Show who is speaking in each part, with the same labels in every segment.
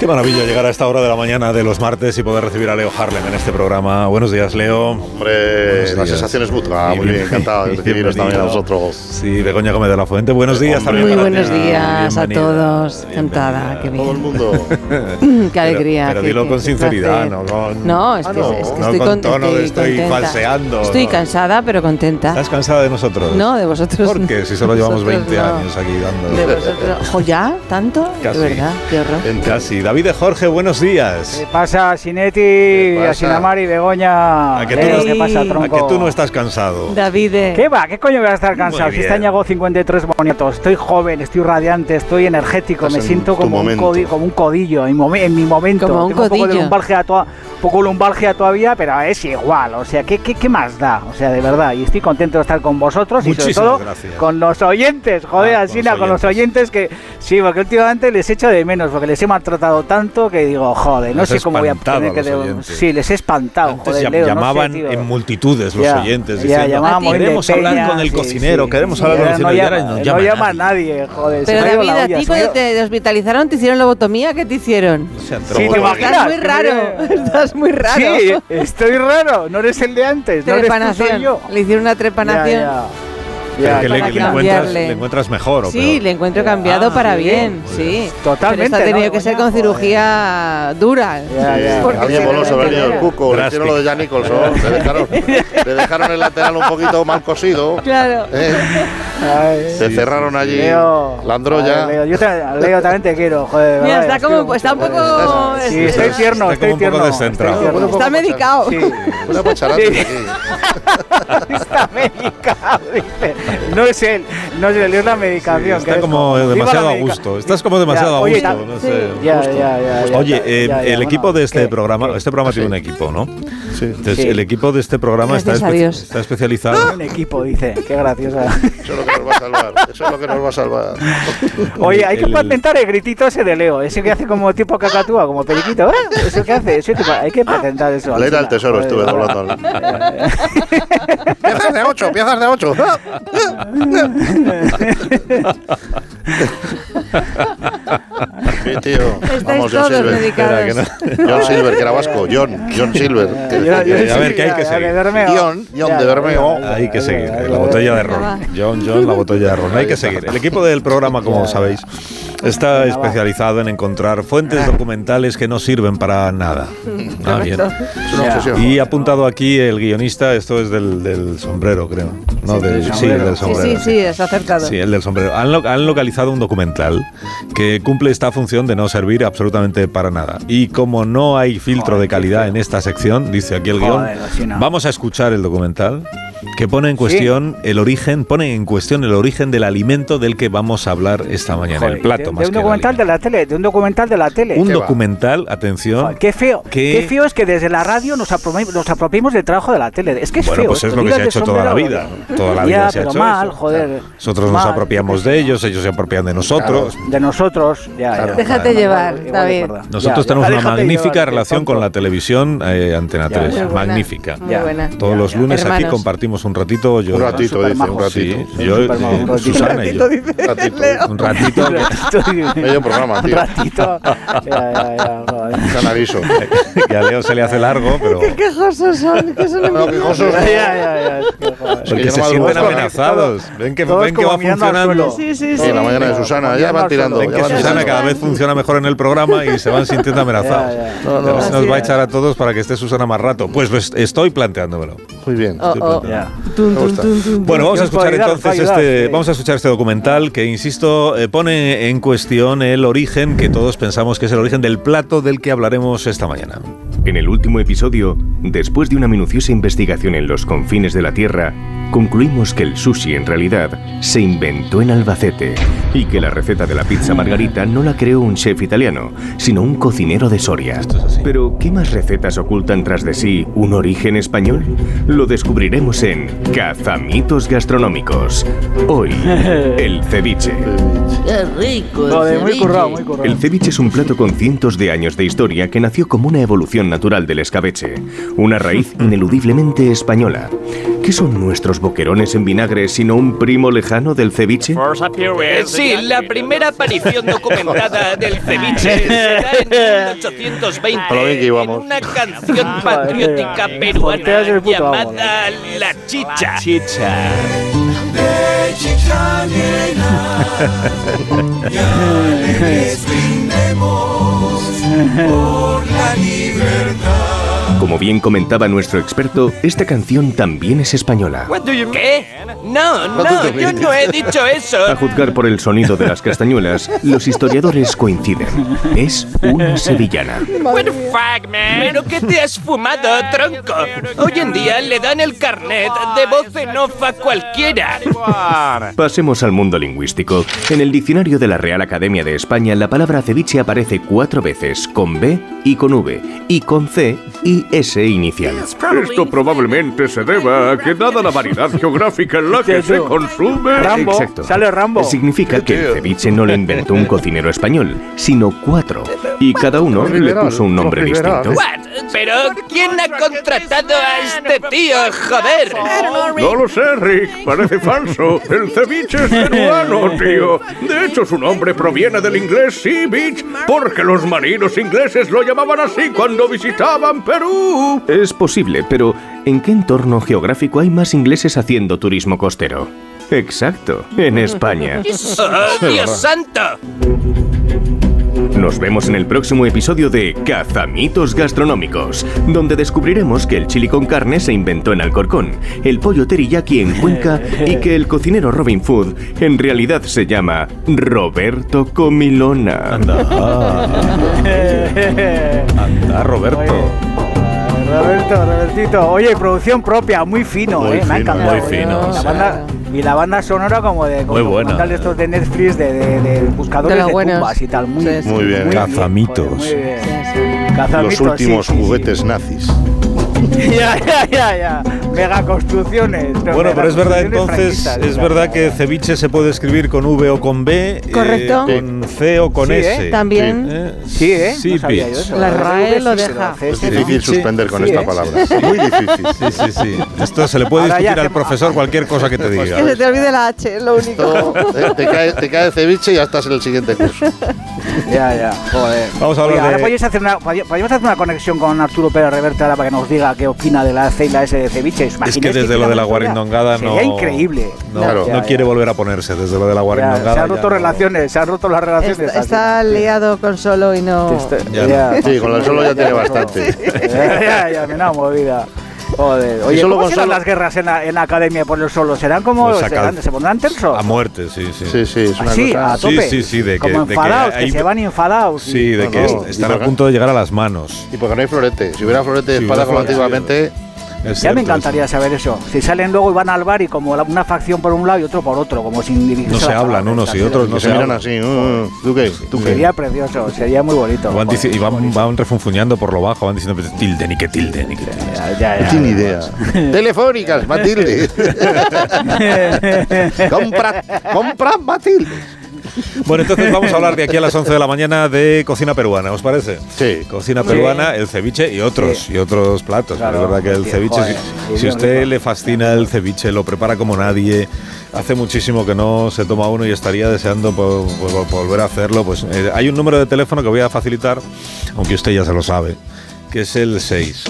Speaker 1: Qué maravilla llegar a esta hora de la mañana de los martes y poder recibir a Leo Harlem en este programa. Buenos días, Leo.
Speaker 2: Hombre, la sensación es mutua. Muy bien, encantado de recibiros también a vosotros.
Speaker 1: Sí, Begoña Gómez de la Fuente. Buenos días
Speaker 2: Hombre.
Speaker 1: también.
Speaker 3: Muy
Speaker 1: para
Speaker 3: buenos
Speaker 1: ti.
Speaker 3: días a
Speaker 1: Bienvenida,
Speaker 3: todos.
Speaker 1: bienvenida.
Speaker 3: Sentada, qué
Speaker 2: Todo el
Speaker 3: bien.
Speaker 2: mundo.
Speaker 3: Mm, Qué alegría.
Speaker 1: Pero
Speaker 3: qué-
Speaker 1: dilo
Speaker 3: qué-
Speaker 1: con
Speaker 3: qué
Speaker 1: sinceridad,
Speaker 3: placer.
Speaker 1: no con- Ah,
Speaker 3: No, es que,
Speaker 2: no,
Speaker 3: es que
Speaker 1: no
Speaker 3: estoy
Speaker 1: con
Speaker 3: con-
Speaker 1: tono de estoy
Speaker 3: contenta.
Speaker 1: falseando,
Speaker 3: Estoy
Speaker 1: no.
Speaker 3: cansada, pero contenta.
Speaker 1: ¿Estás cansada de nosotros?
Speaker 3: No, de vosotros.
Speaker 1: ¿Por qué?
Speaker 3: no.
Speaker 1: Si solo llevamos
Speaker 3: Vosotros
Speaker 1: 20
Speaker 3: no.
Speaker 1: años aquí
Speaker 3: De
Speaker 1: dando.
Speaker 3: vosotros. Ojo, ya, tanto.
Speaker 1: Casi.
Speaker 3: De verdad, qué horror.
Speaker 1: Casi. David de Jorge, buenos días.
Speaker 4: ¿Qué pasa, Sinetti,
Speaker 2: pasa?
Speaker 4: Asinamari, Begoña?
Speaker 1: ¿A que tú
Speaker 4: Eh,
Speaker 1: no-
Speaker 4: ¿Qué pasa,
Speaker 3: ¿A
Speaker 1: ¿A
Speaker 4: tronco?
Speaker 1: que tú no estás cansado?
Speaker 3: David, eh,
Speaker 4: ¿Qué va? ¿Qué coño voy a estar cansado?
Speaker 1: Muy
Speaker 4: Si está
Speaker 1: bien.
Speaker 4: Ñago 53 bonitos, estoy joven, estoy radiante, estoy energético,
Speaker 2: Estás
Speaker 4: me
Speaker 2: en
Speaker 4: siento
Speaker 2: tu
Speaker 4: como un,
Speaker 2: momento.
Speaker 4: codi- como un codillo en, momen- en mi momento.
Speaker 3: Como un
Speaker 4: Tengo un poco de
Speaker 3: codillo.
Speaker 4: lumbalgia, toa- un poco lumbalgia todavía, pero es igual. O sea, ¿qué, qué, qué más da? O sea, de verdad, y estoy contento de estar con vosotros y
Speaker 1: Muchísimas
Speaker 4: sobre todo
Speaker 1: gracias.
Speaker 4: con los oyentes. Joder,
Speaker 1: Ah, con
Speaker 4: Asina,
Speaker 1: los
Speaker 4: con los oyentes que sí, porque últimamente les echo de menos, porque les he maltratado tanto que digo, joder, no
Speaker 1: Los
Speaker 4: sé
Speaker 1: has
Speaker 4: cómo voy a
Speaker 1: espantado
Speaker 4: tener
Speaker 1: a
Speaker 4: que.
Speaker 1: los
Speaker 4: de-
Speaker 1: oyentes.
Speaker 4: sí, les he espantado.
Speaker 1: Antes
Speaker 4: joder,
Speaker 1: llam-
Speaker 4: Leo, no sé,
Speaker 1: llamaban
Speaker 4: tío.
Speaker 1: en multitudes los
Speaker 4: Ya,
Speaker 1: oyentes
Speaker 4: ya,
Speaker 1: diciendo "Ah,
Speaker 4: llamaban muy
Speaker 1: queremos
Speaker 4: de
Speaker 1: hablar
Speaker 4: peña,
Speaker 1: con el
Speaker 4: sí,
Speaker 1: cocinero,
Speaker 4: sí,
Speaker 1: queremos
Speaker 4: sí,
Speaker 1: hablar con el
Speaker 4: ahora
Speaker 1: cocinero y
Speaker 4: no
Speaker 1: ahora
Speaker 4: llama-
Speaker 1: nos
Speaker 4: no
Speaker 1: llama
Speaker 4: llama
Speaker 1: nadie.
Speaker 4: nadie, joder. se
Speaker 3: Pero
Speaker 4: me ha ido
Speaker 3: David,
Speaker 4: la
Speaker 3: a
Speaker 4: olla,
Speaker 3: ti
Speaker 4: se me ha
Speaker 3: cuando
Speaker 4: ido-
Speaker 3: te hospitalizaron, ¿te hicieron lobotomía? ¿Qué te hicieron?
Speaker 1: No sean
Speaker 4: Sí,
Speaker 1: trolos.
Speaker 4: te imaginas.
Speaker 3: Estás muy
Speaker 4: que
Speaker 3: raro,
Speaker 4: viene-
Speaker 3: estás muy raro.
Speaker 4: Sí, estoy raro, no eres el de antes, no eres tú, soy
Speaker 3: Trepanación.
Speaker 4: yo.
Speaker 3: Le hicieron una trepanación.
Speaker 4: Ya, ya.
Speaker 1: Pero
Speaker 4: Ya,
Speaker 1: que le,
Speaker 3: para
Speaker 1: que le encuentras,
Speaker 3: cambiarle.
Speaker 1: le encuentras mejor, ¿o
Speaker 3: Sí,
Speaker 1: peor?
Speaker 3: le encuentro cambiado
Speaker 1: Ah,
Speaker 3: para
Speaker 1: muy
Speaker 3: bien,
Speaker 1: bien, muy bien.
Speaker 3: sí.
Speaker 4: Totalmente,
Speaker 3: Pero esto ha tenido
Speaker 4: ¿no,
Speaker 3: que ser
Speaker 4: Begoña?
Speaker 3: con cirugía dura.
Speaker 4: Ya, ya.
Speaker 3: Porque
Speaker 2: Alguien
Speaker 3: se
Speaker 2: goloso
Speaker 3: ve
Speaker 2: ha
Speaker 3: que
Speaker 2: venido el
Speaker 3: era.
Speaker 2: cuco, le hicieron lo de Jan Nicholson, le dejaron, le dejaron el lateral un poquito mal cosido,
Speaker 3: Claro.
Speaker 2: eh,
Speaker 4: Ay,
Speaker 2: se cerraron allí,
Speaker 4: Leo.
Speaker 2: la androya.
Speaker 4: Ay, Leo, yo te- Leo, también te quiero, joder.
Speaker 3: Mira,
Speaker 4: vaya,
Speaker 3: está
Speaker 4: estoy
Speaker 3: como
Speaker 4: mucho-
Speaker 3: está un poco
Speaker 2: Estás-
Speaker 3: es-
Speaker 4: Sí, estoy
Speaker 3: está,
Speaker 4: tierno,
Speaker 1: Está como un
Speaker 4: estoy
Speaker 1: poco
Speaker 4: tierno. estoy
Speaker 1: descentrado.
Speaker 4: tierno.
Speaker 2: Bueno,
Speaker 3: está medicado.
Speaker 4: Sí.
Speaker 2: Una pacharata
Speaker 4: Sí.
Speaker 2: aquí.
Speaker 4: Está medicado, dice. No es él, no es él, es la medicación. que
Speaker 1: Está
Speaker 4: es
Speaker 1: como
Speaker 4: Viva
Speaker 1: demasiado
Speaker 4: la
Speaker 1: a
Speaker 4: medica-
Speaker 1: gusto. Estás como demasiado
Speaker 4: Ya,
Speaker 1: a
Speaker 4: oye,
Speaker 1: gusto.
Speaker 4: tam-
Speaker 1: no
Speaker 3: sí.
Speaker 1: sé,
Speaker 4: Ya,
Speaker 1: justo.
Speaker 4: ya, ya, ya,
Speaker 1: Oye,
Speaker 4: ya,
Speaker 1: eh,
Speaker 4: ya, ya,
Speaker 1: el
Speaker 4: bueno,
Speaker 1: equipo de este
Speaker 4: ¿qué?
Speaker 1: programa, este programa tiene un
Speaker 2: Sí.
Speaker 1: equipo, ¿no?
Speaker 2: Sí.
Speaker 1: Entonces,
Speaker 4: Sí.
Speaker 1: el equipo de este programa está,
Speaker 3: Gracias a
Speaker 1: espe-
Speaker 3: Dios.
Speaker 1: está especializado.
Speaker 4: Un equipo, dice. Qué graciosa.
Speaker 2: Eso es lo que nos va a salvar, eso es lo que nos va a salvar.
Speaker 4: Oye, hay que
Speaker 1: El-
Speaker 4: patentar el gritito ese de Leo, ese que hace como tipo cacatúa, como periquito. ¿eh? Eso que hace, eso que pa- hay que patentar eso.
Speaker 2: La ira Ah, al
Speaker 4: Alcina,
Speaker 2: tesoro
Speaker 4: joder,
Speaker 2: estuve
Speaker 4: hola.
Speaker 2: doblando. piezas de ocho, piezas de ocho. Sí, tío.
Speaker 3: Estáis
Speaker 2: Vamos,
Speaker 3: todos
Speaker 2: John Silver.
Speaker 3: medicados.
Speaker 1: Espera, que
Speaker 2: John Silver, que era vasco. John, John Silver. que
Speaker 4: Yo-
Speaker 2: decía
Speaker 4: yo
Speaker 2: que-
Speaker 1: Eh, A ver,
Speaker 4: sí,
Speaker 1: que hay que
Speaker 4: ya,
Speaker 1: seguir.
Speaker 4: de Bermeo.
Speaker 2: Guión, guión
Speaker 4: Ya,
Speaker 2: de Bermeo.
Speaker 4: ya, ya,
Speaker 1: Hay que
Speaker 4: ya,
Speaker 1: seguir.
Speaker 4: ya,
Speaker 1: eh,
Speaker 4: ya,
Speaker 1: La botella
Speaker 4: ya.
Speaker 1: de
Speaker 3: va.
Speaker 1: ron. John, John, la botella de ron. Hay que seguir. El equipo del programa, como sabéis, está especializado en encontrar
Speaker 4: Ah.
Speaker 1: fuentes documentales que no sirven para nada. Ah, bien.
Speaker 2: Es una obsesión.
Speaker 1: Y ha apuntado aquí el guionista, esto es del, del sombrero, creo. No, del, sí,
Speaker 4: sombrero.
Speaker 1: del
Speaker 3: Sí,
Speaker 1: sombrero.
Speaker 3: sí, sí, has acertado.
Speaker 1: Sí, el del sombrero. Han, lo- han localizado un documental que cumple esta función de no servir absolutamente para nada. Y como no hay filtro de calidad en esta sección, dice aquí el guión,
Speaker 4: Joder, Lucina.
Speaker 1: vamos a escuchar el documental que pone en cuestión el origen, pone en cuestión el origen del alimento del que vamos a hablar esta mañana,
Speaker 4: Joder,
Speaker 1: el plato
Speaker 4: de,
Speaker 1: más
Speaker 4: de un
Speaker 1: que el
Speaker 4: documental de la tele, de un documental de la tele.
Speaker 1: alimento. Un
Speaker 2: ¿Qué va?
Speaker 1: documental, atención.
Speaker 4: Joder, Qué feo,
Speaker 1: que-
Speaker 4: qué, feo es que desde la radio nos, aprome- nos apropiemos del trabajo de la tele. Es que es
Speaker 1: Bueno,
Speaker 4: feo
Speaker 1: pues es
Speaker 4: esto.
Speaker 1: lo que
Speaker 4: Digas
Speaker 1: se ha
Speaker 4: de
Speaker 1: hecho toda la
Speaker 4: sombrero,
Speaker 1: vida.
Speaker 4: lo-
Speaker 1: Toda la
Speaker 4: Ya,
Speaker 1: vida se ha
Speaker 4: pero
Speaker 1: hecho
Speaker 4: mal,
Speaker 1: eso.
Speaker 4: joder.
Speaker 1: Nosotros nos
Speaker 4: Mal.
Speaker 1: apropiamos de ellos, ellos se apropian de nosotros.
Speaker 4: De nosotros, ya, ya.
Speaker 3: Déjate
Speaker 4: Igual-
Speaker 3: llevar,
Speaker 4: igual de
Speaker 3: David.
Speaker 4: verdad.
Speaker 1: Nosotros
Speaker 4: Ya,
Speaker 1: tenemos
Speaker 4: ya, Ah,
Speaker 1: una
Speaker 4: déjate
Speaker 1: magnífica
Speaker 4: llevar,
Speaker 1: relación
Speaker 4: qué
Speaker 1: con la
Speaker 4: tonto.
Speaker 1: televisión eh, Antena
Speaker 4: Ya,
Speaker 1: 3.
Speaker 3: Muy buena,
Speaker 1: Magnífica.
Speaker 3: Muy
Speaker 4: Ya.
Speaker 3: buena.
Speaker 1: Todos
Speaker 4: Ya,
Speaker 1: los
Speaker 4: ya.
Speaker 1: lunes aquí
Speaker 3: Hermanos.
Speaker 1: compartimos un ratito. Yo,
Speaker 2: Un ratito, eh,
Speaker 4: Son
Speaker 2: dice, un
Speaker 4: supermajos.
Speaker 2: ratito.
Speaker 1: Sí, yo,
Speaker 4: supermajos,
Speaker 1: eh,
Speaker 4: un ratito.
Speaker 1: Susana y yo.
Speaker 2: Un ratito.
Speaker 1: Un ratito.
Speaker 2: Medio programa,
Speaker 4: Un
Speaker 2: tío.
Speaker 4: ratito. Ya, ya, ya, joder.
Speaker 2: Canarizo.
Speaker 1: que- que a Leo se le hace largo, pero.
Speaker 3: quejosos son, que son
Speaker 2: No, quejosos.
Speaker 4: Ya, ya, ya, es que, joder.
Speaker 2: que
Speaker 1: Porque
Speaker 2: yo
Speaker 1: se
Speaker 2: no
Speaker 1: sienten
Speaker 2: madrugo.
Speaker 1: amenazados. Ven que,
Speaker 4: Todos
Speaker 1: ven que
Speaker 4: como
Speaker 1: va
Speaker 4: mirando al
Speaker 1: funcionando.
Speaker 4: suelo.
Speaker 3: Sí, sí,
Speaker 2: Sí,
Speaker 3: sí.
Speaker 2: la mañana de Susana, ya van tirando.
Speaker 1: Ven
Speaker 2: ya
Speaker 1: que
Speaker 2: van
Speaker 1: Susana
Speaker 2: tirando.
Speaker 1: cada vez funciona mejor en el programa y se van sintiendo amenazados.
Speaker 4: Ya, ya.
Speaker 2: No, no.
Speaker 1: A ver si nos
Speaker 3: Así
Speaker 1: va a
Speaker 3: es.
Speaker 1: echar a todos para que esté Susana más rato. Pues lo es- estoy planteándomelo.
Speaker 2: Muy bien.
Speaker 3: Oh, oh.
Speaker 4: Ya.
Speaker 3: Tun,
Speaker 2: Me
Speaker 3: tun,
Speaker 2: gusta.
Speaker 3: tun, tun.
Speaker 1: Bueno, vamos a
Speaker 4: Dios puede
Speaker 1: escuchar
Speaker 4: ayudar,
Speaker 1: entonces
Speaker 4: puede ayudar,
Speaker 1: este,
Speaker 4: sí.
Speaker 1: vamos a escuchar este documental que, insisto, eh, pone en cuestión el origen que todos pensamos que es el origen del plato del que hablaremos esta mañana.
Speaker 5: En el último episodio, después de una minuciosa investigación en los confines de la Tierra, concluimos que el sushi en realidad se inventó en Albacete y que la receta de la pizza margarita no la creó un chef italiano, sino un cocinero de Soria. Pero, ¿qué más recetas ocultan tras de sí un origen español? Lo descubriremos en Cazamitos Gastronómicos. Hoy, el ceviche.
Speaker 6: ¡Qué rico! el
Speaker 4: Joder, eh, muy
Speaker 6: ceviche.
Speaker 4: currado, muy currado.
Speaker 5: El ceviche es un plato con cientos de años de historia que nació como una evolución natural del escabeche, una raíz ineludiblemente española. ¿Qué son nuestros boquerones en vinagre sino un primo lejano del ceviche?
Speaker 7: Eh, Sí, la primera aparición documentada del ceviche se da en 1820
Speaker 2: Pero bien
Speaker 7: en
Speaker 2: que íbamos.
Speaker 7: una canción patriótica
Speaker 4: Joder, Ortega
Speaker 7: peruana
Speaker 4: es el puto amo.
Speaker 7: llamada La Chicha.
Speaker 5: Como bien comentaba nuestro experto, esta canción también es española.
Speaker 7: ¿Qué? No, no, yo no he dicho
Speaker 5: A
Speaker 7: eso.
Speaker 5: juzgar por el sonido de las castañuelas, los historiadores coinciden. Es una sevillana.
Speaker 7: ¿Pero qué te has fumado, tronco? Hoy en día le dan el carnet de voz en off a cualquiera.
Speaker 5: Pasemos al mundo lingüístico. En el diccionario de la Real Academia de España, la palabra ceviche aparece cuatro veces, con B y con V, y con C y S inicial.
Speaker 8: Esto probablemente se deba a que dada la variedad geográfica en la que se consume...
Speaker 4: Rambo,
Speaker 5: Exacto.
Speaker 4: sale Rambo.
Speaker 5: Significa que el ceviche no lo inventó un cocinero español, sino cuatro, y cada uno le puso un nombre distinto.
Speaker 7: What? ¿Pero quién ha contratado a este tío, joder?
Speaker 8: No lo sé, Rick, parece falso. El ceviche es peruano, tío. De hecho, su nombre proviene del inglés sea beach, porque los marinos ingleses lo llamaban así cuando visitaban Perú.
Speaker 5: Es posible, pero ¿en qué entorno geográfico hay más ingleses haciendo turismo costero? Exacto, en España.
Speaker 7: ¡Oh, Dios santo!
Speaker 5: Nos vemos en el próximo episodio de Cazamitos Gastronómicos, donde descubriremos que el chili con carne se inventó en Alcorcón, el pollo teriyaki en Cuenca y que el cocinero Robin Food en realidad se llama Roberto Comilona.
Speaker 1: Anda, Roberto.
Speaker 4: Roberto, Robertito. Oye, producción propia, muy fino,
Speaker 2: Muy
Speaker 4: eh. me ha
Speaker 2: fino,
Speaker 4: encantado.
Speaker 1: muy
Speaker 4: oye.
Speaker 1: fino,
Speaker 4: La
Speaker 1: sí.
Speaker 4: banda- y la banda sonora como de como
Speaker 1: Muy buena.
Speaker 4: documental de estos de Netflix de, de- de buscadores
Speaker 3: De
Speaker 4: de,
Speaker 3: los buenos.
Speaker 4: tumbas y tal. Muy,
Speaker 3: Sí, sí.
Speaker 2: Muy bien.
Speaker 4: joder,
Speaker 1: Cazamitos.
Speaker 4: muy bien.
Speaker 3: Sí,
Speaker 4: Cazamitos,
Speaker 2: Los
Speaker 4: sí,
Speaker 2: últimos
Speaker 4: sí, sí.
Speaker 2: juguetes nazis.
Speaker 4: ya, ya, ya, ya. Megaconstrucciones. no,
Speaker 1: Bueno, pero es verdad
Speaker 4: megaconstrucciones
Speaker 1: entonces,
Speaker 4: franquistas,
Speaker 1: es verdad que ceviche se puede escribir con V o con B, eh,
Speaker 3: Correcto.
Speaker 1: con C o con
Speaker 4: Sí, ¿eh?
Speaker 1: S.
Speaker 3: También.
Speaker 1: Eh,
Speaker 4: Sí, ¿eh?
Speaker 1: Sí,
Speaker 4: No sabía yo
Speaker 1: bitch.
Speaker 4: eso.
Speaker 3: La RAE lo
Speaker 4: Sí, se
Speaker 3: deja.
Speaker 4: hace,
Speaker 2: Es
Speaker 4: sí,
Speaker 2: difícil
Speaker 1: Sí,
Speaker 2: suspender con
Speaker 4: sí,
Speaker 2: esta
Speaker 4: ¿eh?
Speaker 2: palabra. Muy difícil.
Speaker 1: Sí, sí, sí. Esto se le puede
Speaker 4: Ahora ya
Speaker 1: discutir al
Speaker 4: hacemos-
Speaker 1: profesor cualquier cosa que te
Speaker 4: Pues
Speaker 1: diga.
Speaker 3: Que se te olvide la H, es lo único.
Speaker 2: Esto, eh, te, cae, te cae ceviche y ya estás en el siguiente curso.
Speaker 4: Ya, ya, joder.
Speaker 1: Vamos a hablar
Speaker 4: Oye, ahora pues
Speaker 1: de-
Speaker 4: podéis hacer una, podí- podíamos hacer una conexión con Arturo Pérez Reverte ahora para que nos diga qué opina de la C y la S de ceviche. ¿Os
Speaker 1: Es
Speaker 4: imagináis
Speaker 1: que desde lo de la
Speaker 4: tiene una
Speaker 1: guarindongada
Speaker 4: historia?
Speaker 1: no.
Speaker 4: Sería increíble.
Speaker 1: No,
Speaker 2: Claro.
Speaker 1: no
Speaker 4: Ya,
Speaker 1: quiere
Speaker 4: ya.
Speaker 1: volver a ponerse desde lo de la
Speaker 4: Ya,
Speaker 1: guarindongada.
Speaker 4: se han
Speaker 1: ya
Speaker 4: roto
Speaker 1: no.
Speaker 4: relaciones, se han roto las relaciones.
Speaker 3: Está,
Speaker 4: así.
Speaker 3: está liado con solo y no.
Speaker 4: Está-
Speaker 1: Ya
Speaker 4: ya,
Speaker 2: Sí, con el solo ya tiene bastante.
Speaker 4: ya, ya, ya, me da movida. Joder. Oye,
Speaker 2: solo
Speaker 4: ¿cómo
Speaker 2: con
Speaker 4: serán
Speaker 2: solo-
Speaker 4: las guerras en la, en la academia por el solo? ¿Serán como.?
Speaker 1: Pues saca- Ah,
Speaker 4: serán- ¿Se pondrán tensos?
Speaker 1: A muerte, sí, sí.
Speaker 2: Sí, sí, es una
Speaker 4: Así,
Speaker 2: cosa.
Speaker 4: a tope.
Speaker 1: Sí, sí, sí, de que-
Speaker 4: Como
Speaker 1: de que
Speaker 4: enfadados, que,
Speaker 1: hay-
Speaker 4: se van enfadados.
Speaker 1: Sí, de
Speaker 2: No,
Speaker 1: que
Speaker 2: no,
Speaker 1: est-
Speaker 2: y
Speaker 1: están a
Speaker 2: para-
Speaker 1: punto de llegar a las manos.
Speaker 2: Y porque no hay florete. Si hubiera florete de
Speaker 1: Si
Speaker 2: espada
Speaker 1: hubiera
Speaker 2: como
Speaker 1: florete,
Speaker 2: antiguamente,
Speaker 1: Es
Speaker 4: Ya
Speaker 1: cierto,
Speaker 4: me encantaría saber eso. Si salen luego y van al bar y como la- una facción por un lado y otro por otro, como sin dirigirse.
Speaker 1: No
Speaker 4: a
Speaker 1: se
Speaker 4: la
Speaker 1: hablan
Speaker 4: chavaleta,
Speaker 1: unos y
Speaker 4: ¿sí?
Speaker 1: otros,
Speaker 2: que
Speaker 1: no
Speaker 2: se
Speaker 1: se
Speaker 2: miran
Speaker 1: hablan.
Speaker 2: así. uh, ¿Tú qué? ¿Tú qué?
Speaker 4: Sería precioso, sería muy bonito.
Speaker 1: Van
Speaker 4: joder.
Speaker 1: dici- y van, van refunfuñando por lo bajo, van diciendo pues, tilde, ni que tilde, ni que tilde.
Speaker 4: Ya, ya, ya.
Speaker 2: No tiene idea. uh. Telefónicas, Matilde. compra, compra, Matilde.
Speaker 1: Bueno, entonces vamos a hablar de aquí a las 11 de la mañana de cocina peruana, ¿os parece?
Speaker 2: Sí.
Speaker 1: Cocina peruana, el ceviche y otros,
Speaker 4: Sí.
Speaker 1: y otros platos.
Speaker 4: Claro,
Speaker 1: Pero es verdad que el
Speaker 4: sí,
Speaker 1: ceviche,
Speaker 4: joder,
Speaker 1: si,
Speaker 4: sí,
Speaker 1: si
Speaker 4: bien
Speaker 1: usted
Speaker 4: rico.
Speaker 1: le fascina el ceviche, lo prepara como nadie, hace muchísimo que no se toma uno y estaría deseando po- po- po- volver a hacerlo, pues eh, hay un número de teléfono que voy a facilitar, aunque usted ya se lo sabe, que es el 6.